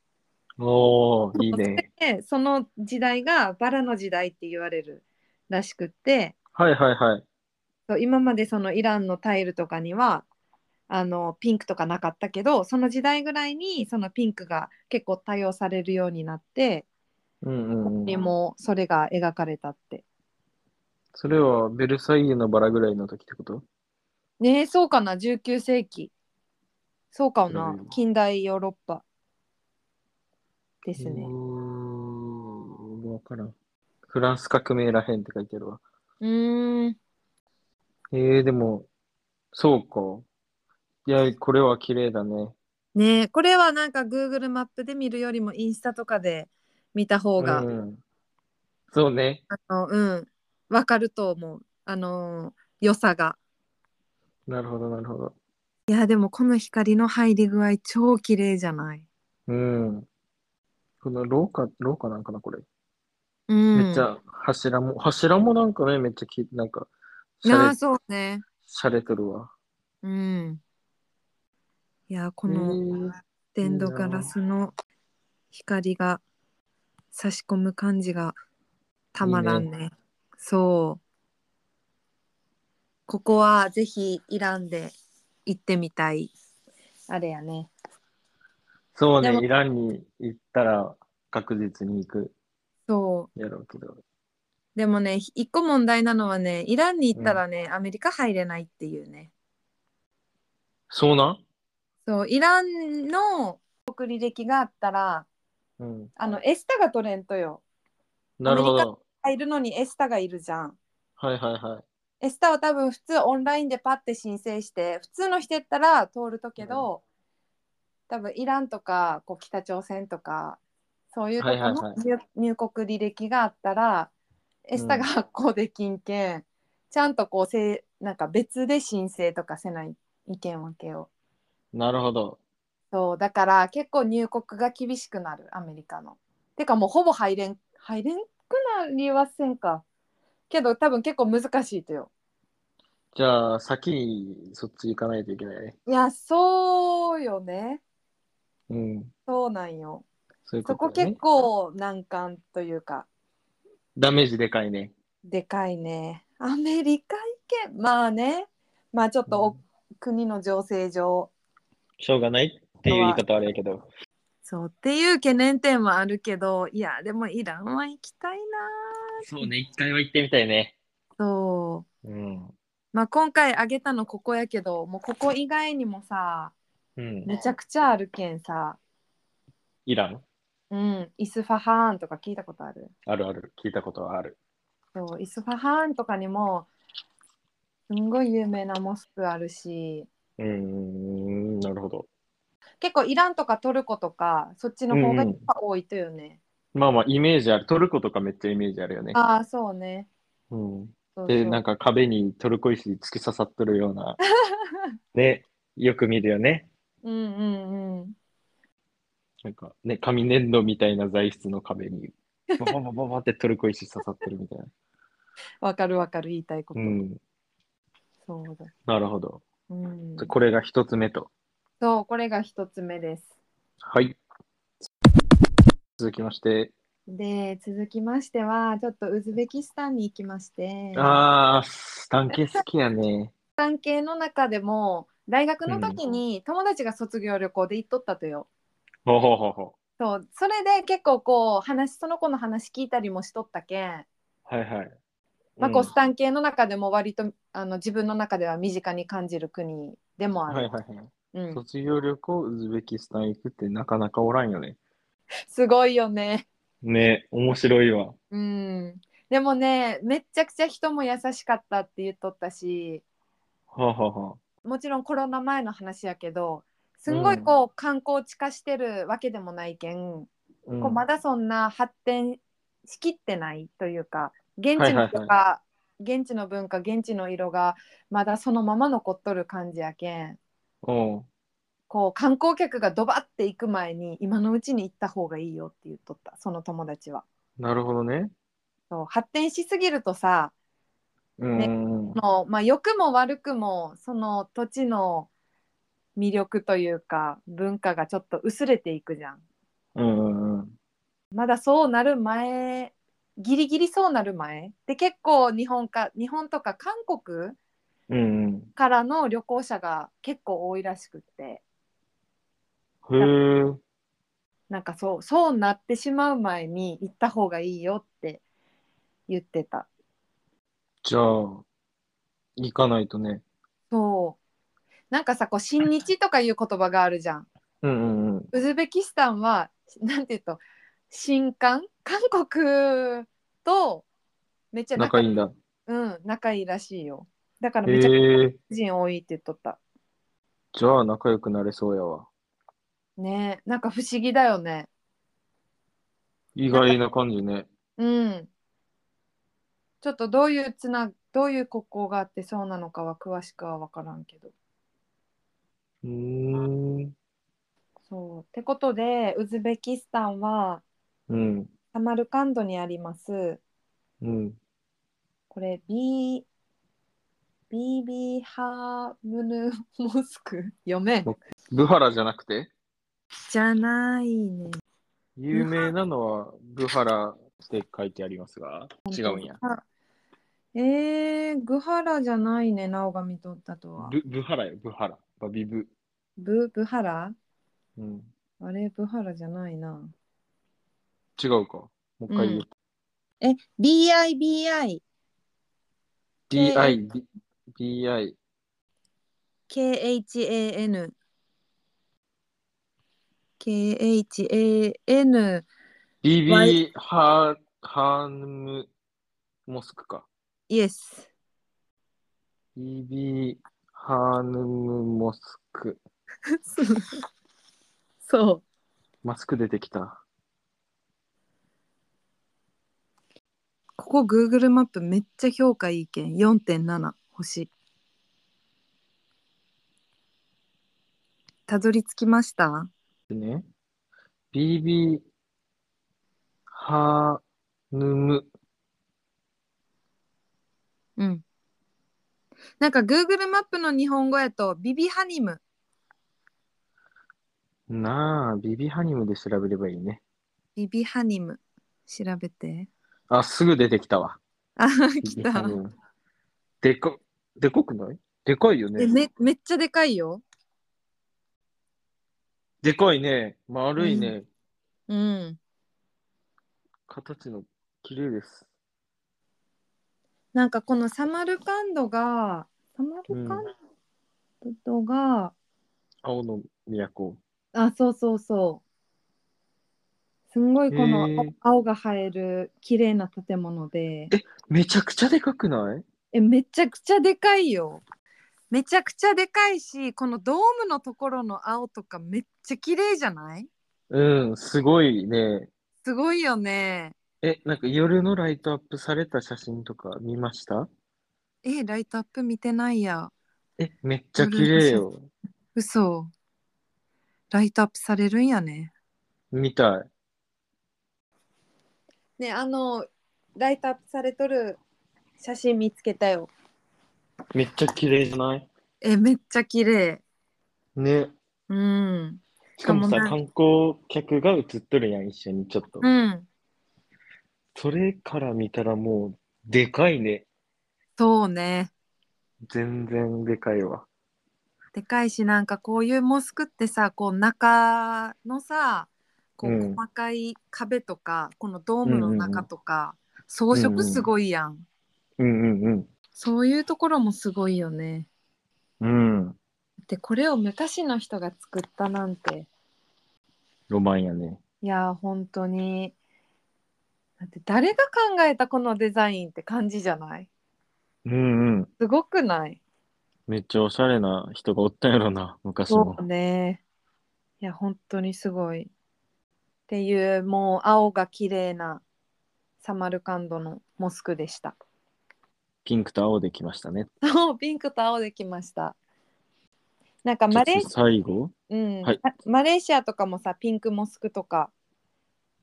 S2: おお、いいね。
S1: でその時代がバラの時代って言われるらしくって
S2: はいはいはい。
S1: そう今までそのイランのタイルとかにはあのピンクとかなかったけどその時代ぐらいにそのピンクが結構多用されるようになって
S2: うんうん、
S1: に
S2: うん。
S1: もそれが描かれたって。
S2: それはベルサイユのバラぐらいの時ってこと
S1: ねえそうかな19世紀そうかもな、
S2: うん
S1: 近代ヨーロッパです
S2: う
S1: ね。
S2: ーんわからん。フランス革命らへんって書いてあるわ。
S1: うーん
S2: えー、でも、そうか。いや、これは綺麗だね。
S1: ねえこれはなんか Google マップで見るよりもインスタとかで見た方が、
S2: ん、そうね。
S1: あのうんわかると思うあのー良さが。
S2: なるほど、なるほど。
S1: いやでもこの光の入り具合超綺麗じゃない。
S2: うん。この廊下、廊下なんかな、これ。
S1: うん、
S2: めっちゃ柱も、柱もなんかね、めっちゃき、なんか、し
S1: な
S2: ゃ
S1: あ
S2: れ、
S1: そうね。
S2: しゃれとるわ。
S1: うん。いやこ
S2: え
S1: の、
S2: ー
S1: ステンドガラスの光が差し込む感じがたまらんね。そう。ここはぜひイランで行ってみたい。あれやね。
S2: そうね
S1: で、も
S2: イランに行ったら確実に行く
S1: そ
S2: やろうけど。
S1: う。でもね、ひ一個問題なのはね、イランに行ったらね、アメリカ入れないっていうね。
S2: そうなん
S1: そう、イランの国履歴があったら、
S2: うん。
S1: あの、エスタが取れんとよ。
S2: なるほ
S1: アメ
S2: ど。
S1: 入るのにエスタがいるじゃん。
S2: はいはいはい。
S1: エスタは多分普通オンラインでパッて申請して普通の人やったら通るとけど、多分イランとかこう北朝鮮とかそういうとこ
S2: はいはいは
S1: の入入国履歴があったらエスタが発行できんけん、ちゃんとこうせいなんか別で申請とかせない意見わけよ
S2: なるほど。
S1: そうだから結構入国が厳しくなるアメリカの。てかもうほぼ入れん入れんくなりはせんかけど多分結構難しいとよ。
S2: じゃあ、先にそっち行かないといけないね。
S1: いやそうよね
S2: うん。
S1: そうなんよ
S2: そういうこ
S1: そこと
S2: だね
S1: 結。構難関というか
S2: ダメージでかいね。
S1: でかいねアメリカ意見まあねまあちょっとお、
S2: うん
S1: 国の情勢上
S2: しょうがないっていう言い方はあれやけど。
S1: そうっていう懸念点はあるけどいやでもイランは行きたいな
S2: そうね、一回は行ってみたいね。
S1: そう
S2: うん。
S1: まあ今回あげたのここやけどもうここ以外にもさ
S2: うん。
S1: めちゃくちゃあるけんさ、
S2: イラン
S1: うん、イスファハーンとか聞いたことある
S2: あるある。聞いたことはある。
S1: そうイスファハーンとかにもすんごい有名なモスクあるし
S2: うーん、なるほど。
S1: 結構イランとかトルコとかそっちの方が
S2: うんうん
S1: 多いとよね、
S2: まあまあ、イメージある。トルコとかめっちゃイメージあるよね。
S1: ああそうね
S2: うん、
S1: そうそう
S2: で、なんか壁にトルコ石突き刺さってるよう な。ね、よく見るよね。
S1: うんうんうん
S2: なんかね、紙粘土みたいな材質の壁に、バババババってトルコ石刺さってるみ たいな。
S1: わかるわかる言いたいこと、
S2: うん、
S1: そうだ、
S2: なるほど。
S1: うん
S2: じゃ、これが一つ目と。
S1: そうこれが一つ目です
S2: はい。続きまして、
S1: で続きましてはちょっとウズベキスタンに行きまして
S2: あー、スタン系好きやね。
S1: 関係の中でも大学の時に友達が卒業旅行で行っとったとよ、
S2: ほうほうほうほ
S1: そうそれで結構こう話その子の話聞いたりもしとったけん、
S2: う。はいはい。
S1: まあ、こ
S2: う
S1: う
S2: ん
S1: スタン系の中でも割とあの自分の中では身近に感じる国でもある、
S2: はいはいはい。
S1: うん、
S2: 卒業旅行、ウズベキスタン行くってなかなかおらんよね。
S1: すごいよね、
S2: ね、面白いわ。
S1: うん、でもねめっちゃくちゃ人も優しかったって言っとったし
S2: はあ、はあはあ、
S1: もちろんコロナ前の話やけどすんごいこう、観光地化してるわけでもないけん
S2: うん
S1: こうまだそんな発展しきってないというか現地の人
S2: はい
S1: が、
S2: は
S1: 現地の文化現地の色がまだそのまま残っとる感じやけん
S2: うん。
S1: こう観光客がドバって行く前に今のうちに行った方がいいよって言っとったその友達は。
S2: なるほどね。
S1: そう発展しすぎるとさ
S2: うんうんうん。
S1: その、まあ、良くも悪くもその土地の魅力というか文化がちょっと薄れていくじゃん。
S2: うんうんうん。
S1: まだそうなる前ギリギリそうなる前で結構日本か日本とか韓国
S2: うん
S1: からの旅行者が結構多いらしくって
S2: うん。へえ。
S1: なんかそうそうなってしまう前に行った方がいいよって言ってた
S2: じゃあ、行かないとね。
S1: そうなんかさこう親日とかいう言葉があるじゃん
S2: うんうんうん。
S1: ウズベキスタンはなんていうと新韓韓国とめっちゃ
S2: 仲いいんだ。
S1: うん、仲いいらしいよだからめちゃくちゃ
S2: へえ。
S1: 人多いって言っとった
S2: じゃあ、仲良くなれそうやわ。
S1: ねえなんか不思議だよね
S2: 意外な感じね。
S1: うんちょっとどういうつなどういう国交があってそうなのかは詳しくは分からんけど
S2: うーん。
S1: そうってことでウズベキスタンは
S2: うん。
S1: サマルカンドにあります
S2: うん。
S1: これ B ビービーハームヌモスク読めん
S2: ブハラじゃなくて
S1: じゃないね
S2: 有名なのはブハラって書いてありますが、違うんや。
S1: えー、グハラじゃないねなおが見とったとは
S2: ブブハラよ、ブハラ。バビブ。
S1: ブブハラ
S2: うん。
S1: あれブハラじゃないな
S2: 違うか。もう一回言う。
S1: え BIBI
S2: DI、B- BI。
S1: KHAN KHAN
S2: BB ハーハームモスクか。
S1: Yes
S2: BB ハーヌムモスク。
S1: そう
S2: マスク出てきた。
S1: ここ Google マップめっちゃ評価いいけん4.7星たどり着きました
S2: でね。BB ハーヌム。
S1: うんなんか Google マップの日本語やとビビハニム
S2: なあ、BB ハニムで調べればいいね。
S1: ビビハニム調べて
S2: あ、すぐ出てきたわ。
S1: あ
S2: BB
S1: 来た
S2: ハニムでこ、でこくないでかいよね。
S1: えめめっちゃでかいよ
S2: でかいね。丸いね。
S1: うん
S2: 形の綺麗です。
S1: なんかこのサマルカンドがサマルカンドが、
S2: 青の都。
S1: あそうそうそうすんごいこの
S2: へー
S1: 青青が映える綺麗な建物で
S2: めちゃくちゃでかくない
S1: えめちゃくちゃでかいよめちゃくちゃでかいしこのドームのところの青とかめっちゃ綺麗じゃない
S2: うん、すごいね。
S1: すごいよね
S2: え、なんか夜のライトアップされた写真とか見ました
S1: えライトアップ見てないや
S2: え、めっちゃ綺麗よ。
S1: 嘘ライトアップされるんやね
S2: みたい。
S1: ねあのライトアップされとる写真見つけたよ
S2: めっちゃ綺麗じゃない
S1: えめっちゃ綺麗
S2: ね。
S1: うん
S2: しかもさ、
S1: しかも
S2: 観光客が写っとるやん、一緒にちょっと。
S1: うん
S2: それから見たらもう、でかいね。
S1: そうね
S2: 全然でかいわ。
S1: でかいしなんかこういうモスクってさこう中のさこ
S2: う
S1: うん細かい壁とか、このドームの中とか、装飾すごいやん、
S2: うんうん
S1: そういうところもすごいよね
S2: うん。うん。
S1: でこれを昔の人が作ったなんて
S2: ロマンやね。
S1: いやー本当にだって誰が考えたこのデザインって感じじゃない
S2: うんうん。
S1: すごくない
S2: めっちゃおしゃれな人がおったんやろな、昔
S1: そ
S2: も
S1: う。ね。いや、本当にすごい。っていう、もう青が綺麗なサマルカンドのモスクでした。
S2: ピンクと青できましたね。
S1: そう、ピンクと青できました。なんかマレ,、
S2: じゃあ次最後
S1: うん
S2: はい
S1: あマレーシアとかもさ、ピンクモスクとか、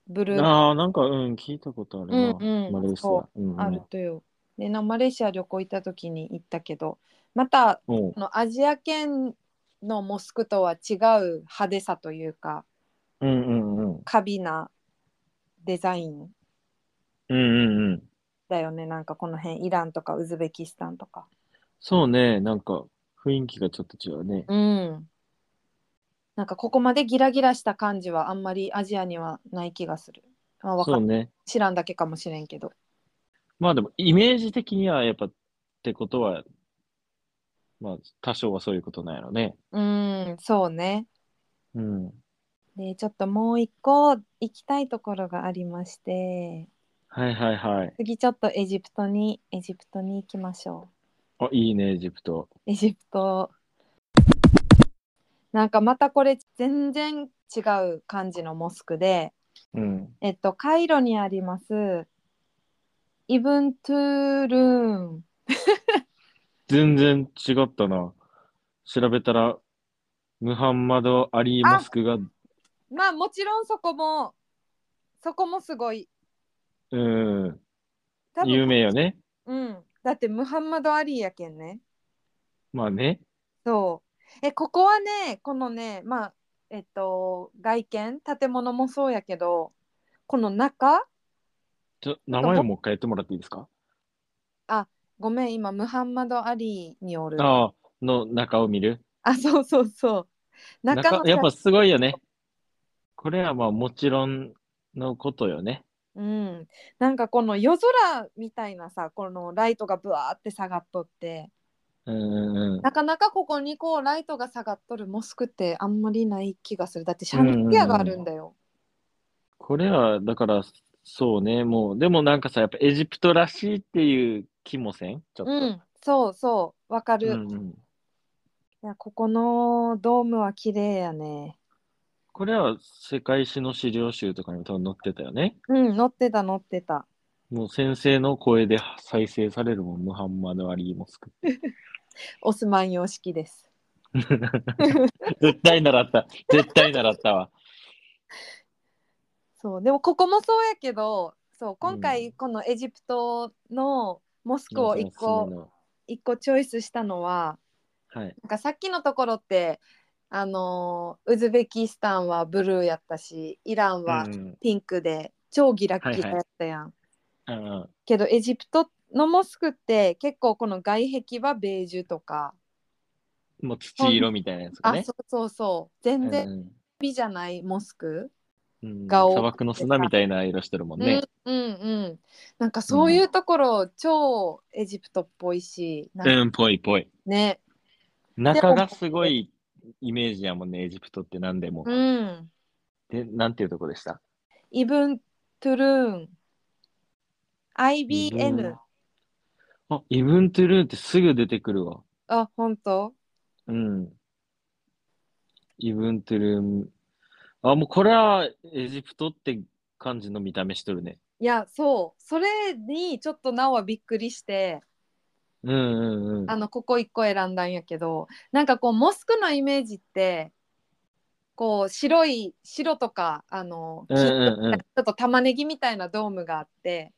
S1: ブルー
S2: ああ、なんか、うん、聞いたことあるな。
S1: うんうん
S2: マレーシア
S1: そ。
S2: うんうん
S1: あるとよ。でなマレーシア旅行行った時に行ったけど、また
S2: おう
S1: あのアジア圏のモスクとは違う派手さというか、
S2: うんうんうん。
S1: カビなデザイン
S2: うんうんうん。
S1: だよねなんかこの辺イランとかウズベキスタンとか
S2: そうね、なんか、雰囲気がちょっと違うね。
S1: うんなんかここまでギラギラした感じはあんまりアジアにはない気がする、まあ、わか
S2: そうね。
S1: 知らんだけかもしれんけど
S2: まあでも、イメージ的には、やっぱ、ってことは、まあ、多少はそういうことなんやろね。
S1: うんそうね
S2: うん。
S1: でちょっともう一個行きたいところがありまして
S2: はいはいはい。
S1: 次ちょっとエジプトにエジプトに行きましょう
S2: あ、いいね、エジプト。
S1: エジプトなんかまたこれ全然違う感じのモスクで
S2: うん。
S1: えっとカイロにありますイブントゥールーン
S2: 全然違ったな。調べたら、ムハンマド・アリー・モスクが、
S1: まあもちろんそこもそこもすごい
S2: うん、
S1: 多分
S2: 有名よね。
S1: うんだってムハンマド・アリーやけんね
S2: まあね。
S1: そうえここはねこのねまあえっと外見建物もそうやけどこの中
S2: ちょ名前をもう一回言ってもらっていいですか
S1: ごめん今ムハンマド・アリーによる
S2: ああ、の中を見る。
S1: あそうそうそう中の
S2: 中やっぱすごいよね。これはまあもちろんのことよね。
S1: うん、なんかこの夜空みたいなさこのライトがブワーって下がっとって
S2: うんうんうん。
S1: なかなかここにこうライトが下がっとるモスクってあんまりない気がするだってシャンデリアがあるんだよ、
S2: これはだからそうね、もうでもなんかさ、やっぱエジプトらしいっていう気もせんちょっ
S1: う
S2: と。
S1: んそうそうわかる、
S2: うんうん
S1: いやここのドームは綺麗やね
S2: これは世界史の資料集とかにも多分載ってたよね。
S1: うん乗ってた乗ってた
S2: もう先生の声で再生されるもん、ムハンマド・アリー・モスク。
S1: オスマン様式です
S2: 絶対習った。絶対習ったわ。
S1: そうでもここもそうやけどそう今回このエジプトのモスクを一個一個チョイスしたのは
S2: はい。
S1: なんかさっきのところってあのーウズベキスタンはブルーやったしイランは
S2: うん
S1: ピンクで、超ギラッギラやったやん、
S2: うんうん
S1: けどエジプトのモスクって結構この外壁はベージュとか、
S2: もう土色みたいなやつが
S1: あ
S2: ね。
S1: そうそうそう全然
S2: うん
S1: 美じゃないモスク、
S2: うん
S1: が多くて
S2: 砂漠の砂みたいな色してるもんね。
S1: うんうんうんなんかそういうところ超エジプトっぽいし、なん
S2: う
S1: か
S2: ん、ぽいぽい。
S1: ね
S2: 中がすごいイメージやもんね、エジプトって何でも。
S1: うん。
S2: で、なんていうとこでした
S1: イブントゥルーン。
S2: イブン
S1: IBM。
S2: あ、イブントゥルーンってすぐ出てくるわ。
S1: あ、本当
S2: うん。イブントゥルーン。あ、もうこれはエジプトって感じの見た目しとるね。
S1: いや、そう。それにちょっとなおはびっくりして、
S2: うんうんうん。
S1: あの、ここ一個選んだんやけど、なんかこう、モスクのイメージって、こう、白い、白とか、あの、
S2: うん
S1: 黄色と
S2: うんうん
S1: かちょっと玉ねぎみたいなドームがあって、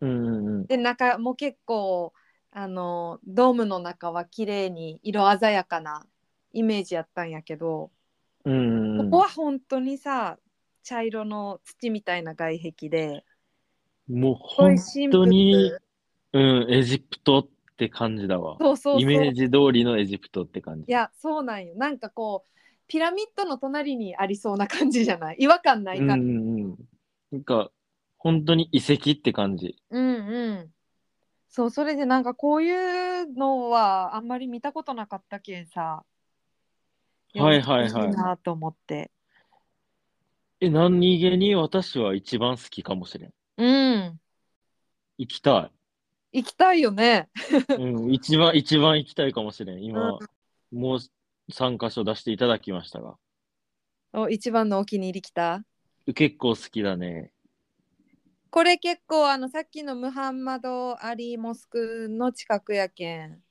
S2: うんうんうん。
S1: で、中も結構、あの、ドームの中は綺麗に色鮮やかなイメージやったんやけど、
S2: うんうんう
S1: こ
S2: ん
S1: こは本当にさ茶色の土みたいな外壁で
S2: もう
S1: こういう
S2: 本
S1: シンプ
S2: 当
S1: ル
S2: に、うん、エジプトって感じだわ。
S1: そうそうそう
S2: イメー
S1: い
S2: ジ通りのエジプトって感じ。
S1: やそうなんよなんかこうピラミッドの隣にありそうな感じじゃない違和感ない
S2: うんう
S1: から、
S2: んうん。なんか、本当に遺跡って感じ。
S1: うん、うんそうそれでなんかこういうのはあんまり見たことなかったけんさ
S2: はいはいはい
S1: やいいなと思って
S2: え、何気に私は一番好きかもしれん。
S1: うん
S2: 行きた
S1: 行きたいよね
S2: い。うん、一番、一番行きたいかもしれん。今、もう3箇所出していただきましたが。
S1: お一番のお気に入り来た
S2: 結構好きだね。
S1: これ結構あのさっきのムハンマド・アリ・モスクの近くやけん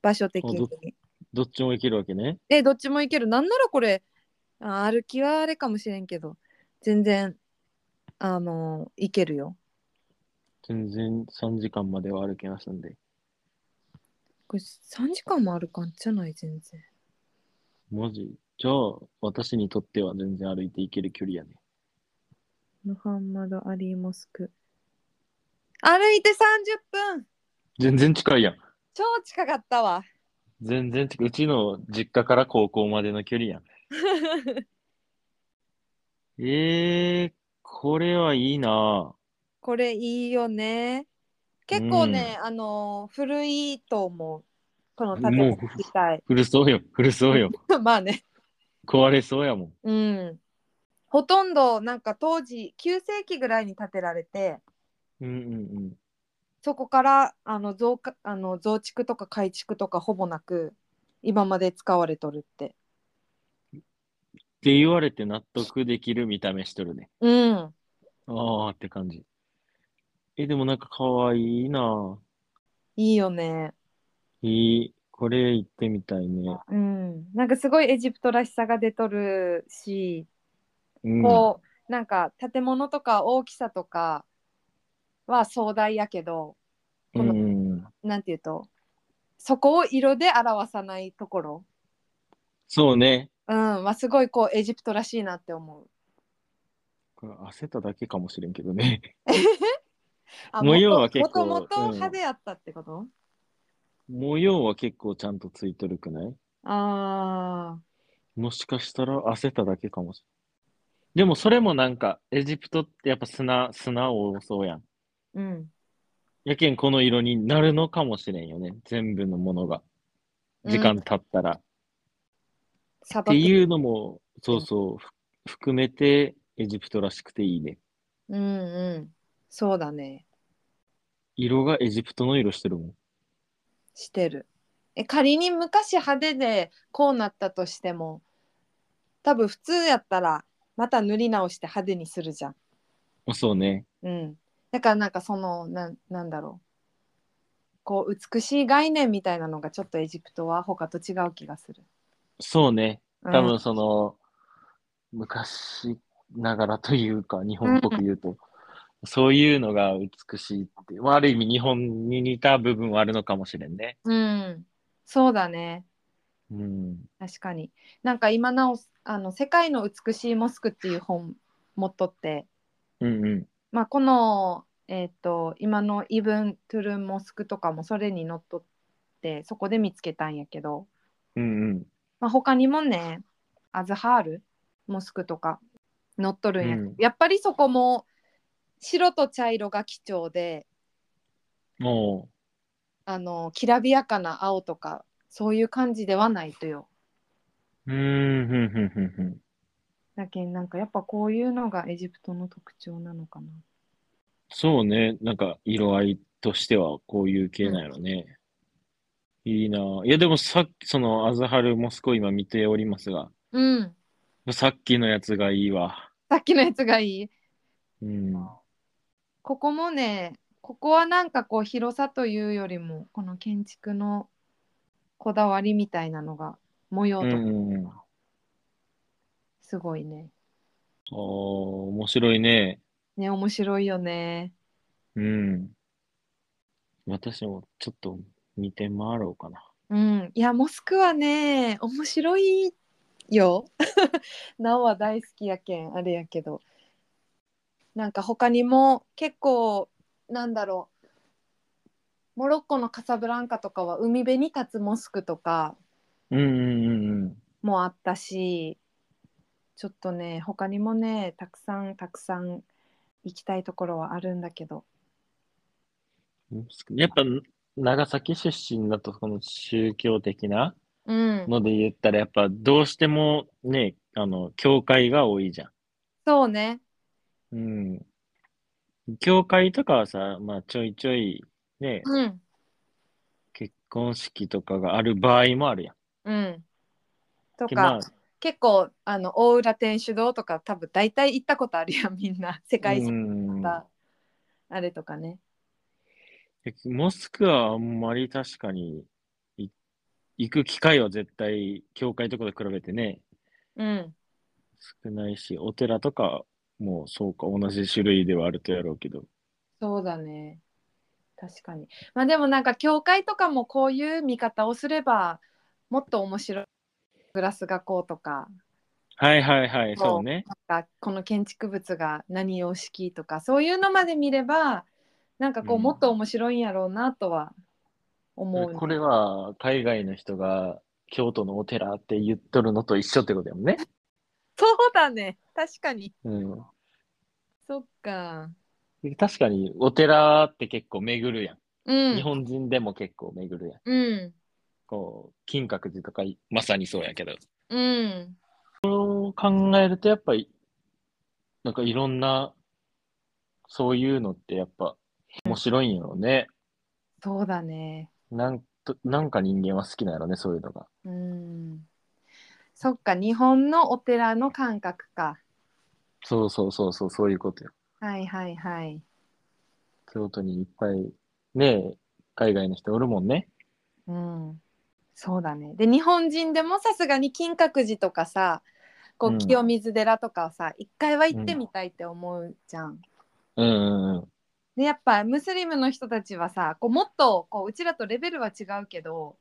S1: 場所的
S2: あど
S1: に
S2: どっちも行けるわけね。
S1: でどっちも行けるなんならこれあ歩きはあれかもしれんけど全然あの行けるよ
S2: 全然3時間までは歩けましたんで。
S1: これ3時間もあるかんじゃない全然
S2: マジじゃあ、私にとっては全然歩いて行ける距離やね。
S1: ムハンマド・アリ・モスク歩いて30分
S2: 全然近いやん。
S1: 超近かったわ
S2: 全然違う。うちの実家から高校までの距離やん。えー、これはいいな
S1: これいいよね結構ね、あの古いと思うこの建
S2: も
S1: 物
S2: う
S1: 自体
S2: 古そうよ。古そう よ。
S1: まあね。
S2: 壊れそうやもん。
S1: うん。ほとんどなんか当時9世紀ぐらいに建てられて
S2: うんうん
S1: そこからあの増加あの増築とか改築とかほぼなく今まで使われとるって。
S2: って言われて納得できる見た目しとるね。
S1: うん。
S2: あーって感じ。え、でもなんかかわいいない
S1: いよね。
S2: いい。これ行ってみたいね。
S1: うん。なんかすごいエジプトらしさが出とるし、
S2: うん。
S1: こう、なんか建物とか大きさとかは壮大やけど、
S2: うんうん、
S1: なんていうと、そこを色で表さないところ、
S2: そうね。
S1: うん、はすごいこうエジプトらしいなって思う。
S2: これ焦っただけかもしれんけどね。
S1: あ
S2: 模様は
S1: もと
S2: 結構
S1: もともと
S2: うん
S1: 派手やったってこと、
S2: 模様は結構ちゃんとついとるくない
S1: ああ
S2: もしかしたら焦っただけかもしれん。でもそれもなんか、エジプトってやっぱ砂、砂多そうやん。
S1: うん
S2: やけんこの色になるのかもしれんよね。全部のものが。時間経ったら。
S1: 砂
S2: って
S1: 漠
S2: いうのも、そうそう、ふ含めてエジプトらしくていいね。
S1: うんうんそうだね
S2: 色がエジプトの色してるもん。
S1: してるえ仮に昔派手でこうなったとしても多分普通やったらまた塗り直して派手にするじゃん
S2: あそうね。
S1: うんだからなんかそのなんなんだろうこう美しい概念みたいなのがちょっとエジプトは他と違う気がする、
S2: そうね。
S1: うん、
S2: 多分その、昔ながらというか、日本っぽく言うと、そういうのが美しいって、まあ、ある意味日本に似た部分はあるのかもしれんね。
S1: うんそうだね
S2: うん。
S1: 確かになんか今なおあの「世界の美しいモスク」っていう本持っとって、
S2: うんうん。
S1: まあ、この、えー、と今のイブン・トゥルン・モスクとかもそれにのっとってそこで見つけたんやけど、
S2: うんうん。
S1: まあ、他にもねアズハールモスクとか載っとるんやけど、
S2: うん
S1: やっぱりそこも白と茶色が貴重で
S2: も
S1: あのきらびやかな青とかそういう感じではないとよ。
S2: うん、ふんふんふんふん。
S1: だけんなんかやっぱこういうのがエジプトの特徴なのかな。
S2: そうね。なんか、色合いとしてはこういう系なんやろね。いいなぁいや、でもさっき、その、アズハル・モスコ今見ておりますが、
S1: うん。
S2: さっきのやつがいいわ。
S1: さっきのやつがいい。
S2: うん。
S1: ここもね、ここはなんかこう広さというよりも、この建築のこだわりみたいなのが、模様
S2: う
S1: とか
S2: んうん。あ
S1: すごいね。
S2: あ、面白いね。
S1: ね、面白いよね。
S2: うん。私もちょっと見て回ろうかな。
S1: うん。いや、モスクはね、面白いよ。 ナオは大好きやけん、あれやけど。なんか他にも結構、なんだろう。モロッコのカサブランカとかは海辺に立つモスクとか
S2: うんうんうんうん。
S1: もあったし、ちょっとね、他にもね、たくさんたくさん行きたいところはあるんだけど。
S2: やっぱ長崎出身だとこの宗教的な
S1: うん。
S2: ので言ったらやっぱどうしてもね、あの、教会が多いじゃ
S1: そうね。
S2: ん。うん。教会とかはさ、まあちょいちょいね、
S1: うん。
S2: 結婚式とかがある場合もあるやん。
S1: うん。と
S2: で
S1: か。
S2: まあ、
S1: 結構あの大浦天主堂とか多分大体行ったことあるやんみんな世界
S2: う
S1: 中
S2: ん
S1: だあれとかね
S2: モスクはあんまり確かにい行く機会は絶対教会とかと比べてね、
S1: うん
S2: 少ないし、お寺とかもそうか、同じ種類ではあるとやろうけど。
S1: そうだね確かにまあでもなんか教会とかもこういう見方をすればもっと面白いグラスがこうとか
S2: はいはいはい、
S1: そう
S2: そうね。
S1: なんかこの建築物が何様式とかそういうのまで見ればなんかこう
S2: うん
S1: もっと面白いんやろうなとは思う、
S2: これは海外の人が京都のお寺って言っとるのと一緒ってことやもんね。
S1: そうだね確かに
S2: う
S1: そっか
S2: ん、確かにお寺って結構巡るやん。
S1: うん
S2: 日本人でも結構巡るやん。
S1: うん
S2: こう、金閣寺とかいまさにそうやけど。
S1: うん
S2: そう考えるとやっぱり、なんかいろんな、そういうのってやっぱ面白いんやろうね。
S1: そうだね。
S2: なんと、なんか人間は好きなんやろね、そういうのが。
S1: うん。そっか、日本のお寺の感覚か。
S2: そうそうそうそう、そういうことよ。
S1: はいはいはい。
S2: 京都にいっぱい、ねえ、海外の人おるもんね。
S1: うん。そうだね。で、日本人でもさすがに金閣寺とかさ、こ
S2: うん
S1: う清水寺とかをさ、一回は行ってみたいって思うじゃん。
S2: うんうんうん。
S1: で、やっぱムスリムの人たちはさ、こうもっとこううちらとレベルは違うけど、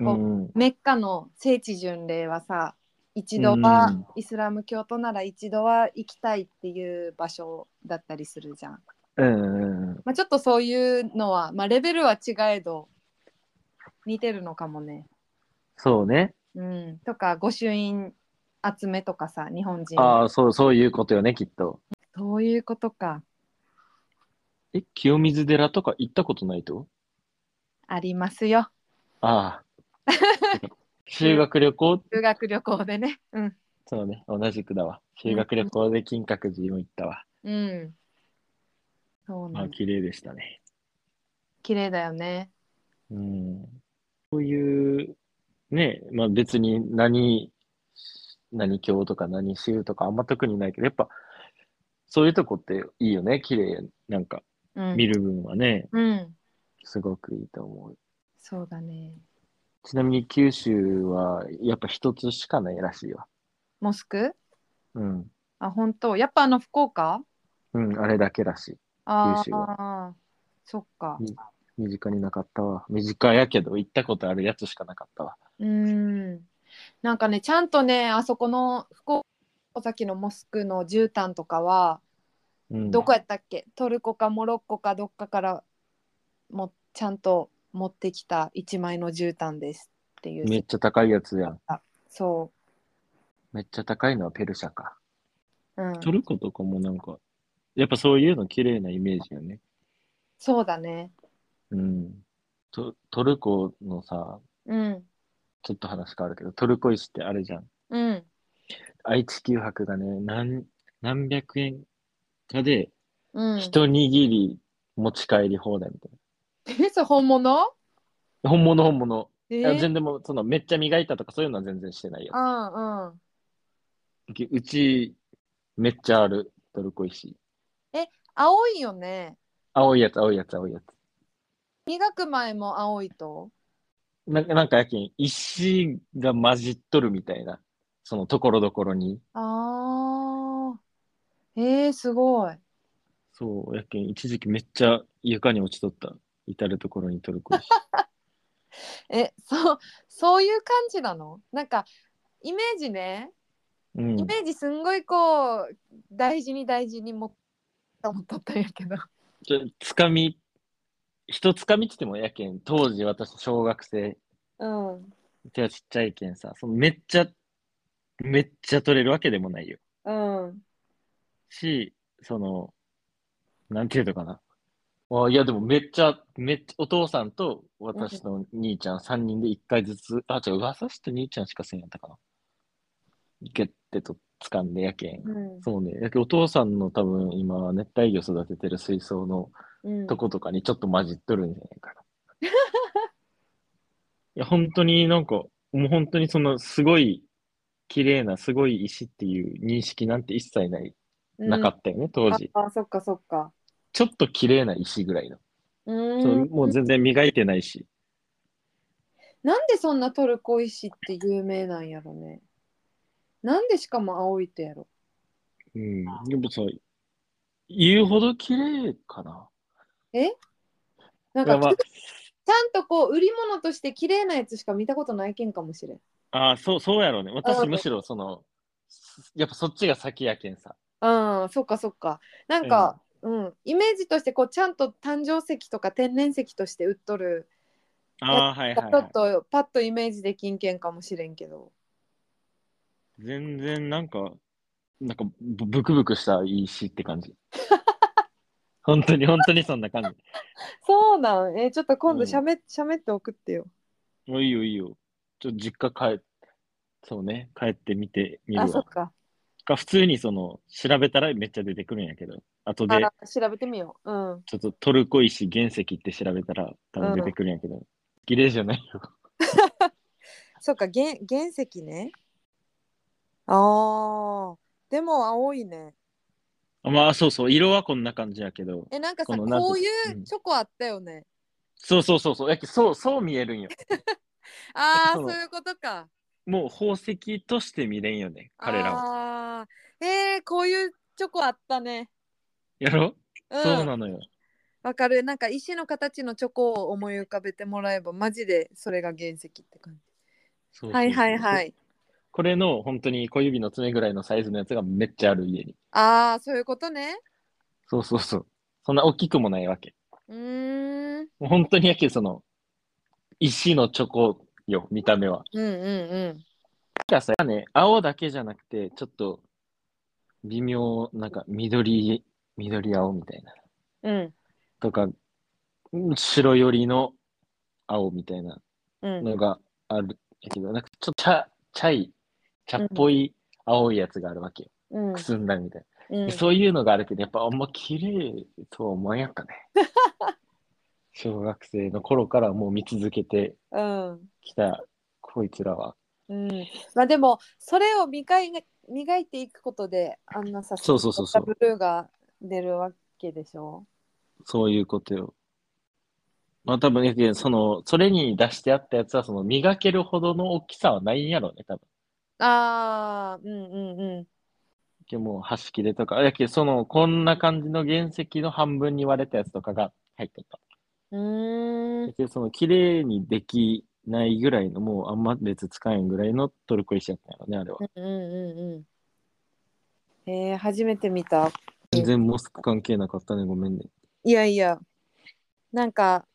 S2: うんうん、
S1: メッカの聖地巡礼はさ、一度
S2: う
S1: は
S2: ん
S1: イスラム教徒なら一度は行きたいっていう場所だったりするじゃん。
S2: うんうんうん。
S1: まあ、ちょっとそういうのは、まあ、レベルは違えど似てるのかもね。
S2: そうね。
S1: うん、とか御朱印集めとかさ日本人
S2: ああ、そう、そういうことよね、きっと。
S1: そういうことか
S2: え、清水寺とか行ったことないと
S1: ありますよ
S2: ああ。修学旅行
S1: 修学旅行でね。うん
S2: そうね、同じくだわ。修学旅行で金閣寺も行ったわ。
S1: うん、そうな
S2: あ
S1: んだ
S2: 綺麗でしたね。
S1: 綺麗だよね。
S2: うん。こういう、ね、まあ別に何、何教とか何宗とかあんま特にないけど、やっぱ、そういうとこっていいよね、綺麗。なんか、
S1: うん、
S2: 見る分はね、
S1: うん、
S2: すごくいいと思う。
S1: そうだね。
S2: ちなみに九州は、やっぱ一つしかないらしいわ。
S1: モスク
S2: うん。
S1: あ本当やっぱあの福岡
S2: うん、あれだけらしい。
S1: あ
S2: 九州
S1: あそっか。
S2: 身近になかったわ。身近やけど、行ったことあるやつしかなかったわ。
S1: うーんなんかねちゃんとねあそこの福岡崎のモスクの絨毯とかは
S2: うん、
S1: どこやったっけ、トルコかモロッコかどっかからもちゃんと持ってきた一枚の絨毯ですっていう、
S2: めっちゃ高いやつやん。
S1: そ
S2: めっちゃ高いのはペルシャか。
S1: う、うん、
S2: トルコとかもなんか、やっぱそういうの綺麗なイメージよね。
S1: そうだね
S2: うん。トトルコのさ、
S1: うん
S2: ちょっと話変わるけど、トルコ石ってあれじゃん。
S1: うん
S2: 愛知九博がね、何、何百円かで、
S1: うん、
S2: 一握り持ち帰り放題みたい
S1: えそれ本物
S2: な。本物本物。
S1: え
S2: いや全然もう、その、めっちゃ磨いたとかそういうのは全然してないよ。
S1: うんうん
S2: うち、めっちゃある、トルコ石。
S1: 青いよね
S2: 青いやつ、青いやつ、青いやつ。
S1: 磨く前も青いと
S2: なんか、なんかやけん、石が混じっとるみたいな、そのところどころに。
S1: あーえー、すごい
S2: そう、やけん、一時期めっちゃ床に落ちとった。至るところにトルコ石。
S1: えそうそういう感じなのなんかイメージね
S2: うん
S1: イ。メージすんごいこう大事に大事に持った持っとったんやけど
S2: ちょつかみ、一つかみって言ってもやけん、当時私、小学生、
S1: うん
S2: 手はちっちゃいけんさ、そのめっちゃ、めっちゃ取れるわけでもないよ。
S1: うん
S2: し、その、なんていうのかな。あいや、でもめっちゃ、めっちゃ、お父さんと私の兄ちゃん3人で1回ずつ、あ、違う、私と兄ちゃんしかせんやったかな。ゲッてと掴んでやけん。
S1: うん
S2: そうね。やけんお父さんの多分今、熱帯魚育ててる水槽の
S1: うん
S2: とことかにちょっと混じっとるんじゃないか な。いや、本当になんか、もう本当にそのすごい綺麗な、すごい石っていう認識なんて一切ない、なかったよね、当時。
S1: ああそっかそっか
S2: ちょっと綺麗な石ぐらいの。
S1: う
S2: その
S1: ーん
S2: もう全然磨いてないし。
S1: なんでそんなトルコ石って有名なんやろねなんでしかも青いとやろ
S2: うん。でもさ、言うほど綺麗かな。
S1: な
S2: ま
S1: んか
S2: あまあ
S1: ちゃんとこう売り物として綺麗なやつしか見たことないけんかもしれん
S2: ああ、そう、そうやろうね。私
S1: うん
S2: むしろその、やっぱそっちが先やけんさ。
S1: うんそっかそっかなんか、うんイメージとしてこうちゃんと誕生石とか天然石として売っとる、
S2: ああ、はいはい、
S1: ちょ
S2: は
S1: っとパッとイメージできんけんかもしれんけど
S2: い。全然なんか、なんかブブクブクした石って感 じ。本当に本当にそんな感
S1: そうなんえーちょっと今度
S2: うん
S1: しゃべ,、しゃべって送ってよ
S2: じ。もういいよいいよ。ちょっと実家帰そうね、帰ってみてみ
S1: あ
S2: る
S1: そっ
S2: わ。
S1: か
S2: か普通にその、調べたらめっちゃ出てくるんやけど、後で
S1: あ調べてみよううん
S2: ちょっとトルコ石原石って調べたら多分出てくるんやけど、綺麗じゃない よ。
S1: そっか原原石ねあーでも青いね
S2: あまあそうそう、色はこんな感じやけど。
S1: えなんかさ
S2: この
S1: こ
S2: なんて
S1: うい
S2: うん
S1: うチョコあったよね、
S2: そうそうそうそう、やけそうそう見えるんよ。
S1: ああ
S2: そ
S1: そうういうことか
S2: もう宝石として見れんよね、彼らは。
S1: あーえー、こういうチョコあったね
S2: やろ、
S1: うん
S2: そうなのよ。
S1: わかるなんか石の形のチョコを思い浮かべてもらえばマジでそれが原石って感
S2: そうそうそう
S1: じはいはいは。い
S2: これの本当に小指の爪ぐらいのサイズのやつがめっちゃある家に。
S1: ああそういうことね
S2: そうそうそう。そんな大きくもないわけ。
S1: うーん
S2: もう本当にやけその、石のチョコよ、見た目は。
S1: うんうん
S2: なんかさ、ね、青だけじゃなくて、ちょっと、微妙、なんか緑、緑青みたいな。
S1: うんうん
S2: とか、うん白寄りの青みたいな
S1: うん
S2: のがあるやけど、なんかちょっと茶、茶い、茶っぽい青いやつがあるわけよ。
S1: うん
S2: くすんだみたいな。
S1: うん
S2: そういうのがあるけど、やっぱあんま綺麗とは思わんや ったね。小学生の頃からもう見続けて
S1: うん
S2: きたこいつらは。
S1: うん、まあでもそれを磨い磨いていくことであんなさ
S2: そうそうそうそう
S1: ブルーが出るわけでしょ
S2: そういうことよ。まあ多分やけん、その、それに出してあったやつは、その磨けるほどの大きさはないんやろうね、多分。
S1: ああうんうんうん
S2: でもう端切れとか、やけんその、こんな感じの原石の半分に割れたやつとかが入っとった。
S1: うーん
S2: やけんその、綺麗にできないぐらいの、もうあんま別つかへんぐらいのトルコ石やったんやろね、あれは。
S1: うんうんうんえー、初めて見た
S2: 全然モスク関係なかったね、ごめんね。
S1: いやいやなんか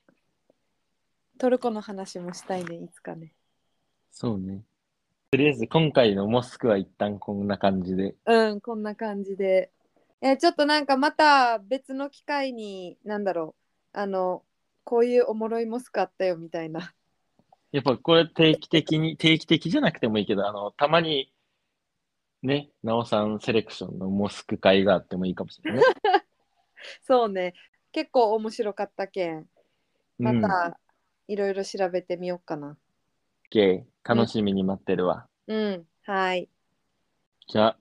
S1: トルコの話もしたいねいつかね
S2: そうね。とりあえず、今回のモスクは一旦こんな感じで。
S1: うんこんな感じでえーちょっとなんかまた別の機会になんだろうあのこういうおもろいモスクあったよみたいな
S2: やっぱこれ定期的に、定期的じゃなくてもいいけど、あの、たまに、ね、なおさんセレクションのモスク会があってもいいかもしれないね。
S1: そうね結構面白かったけん ま
S2: うん、
S1: たいろいろ調べてみようかな
S2: OK。楽しみに待ってるわ。
S1: うん、はい
S2: じゃあ、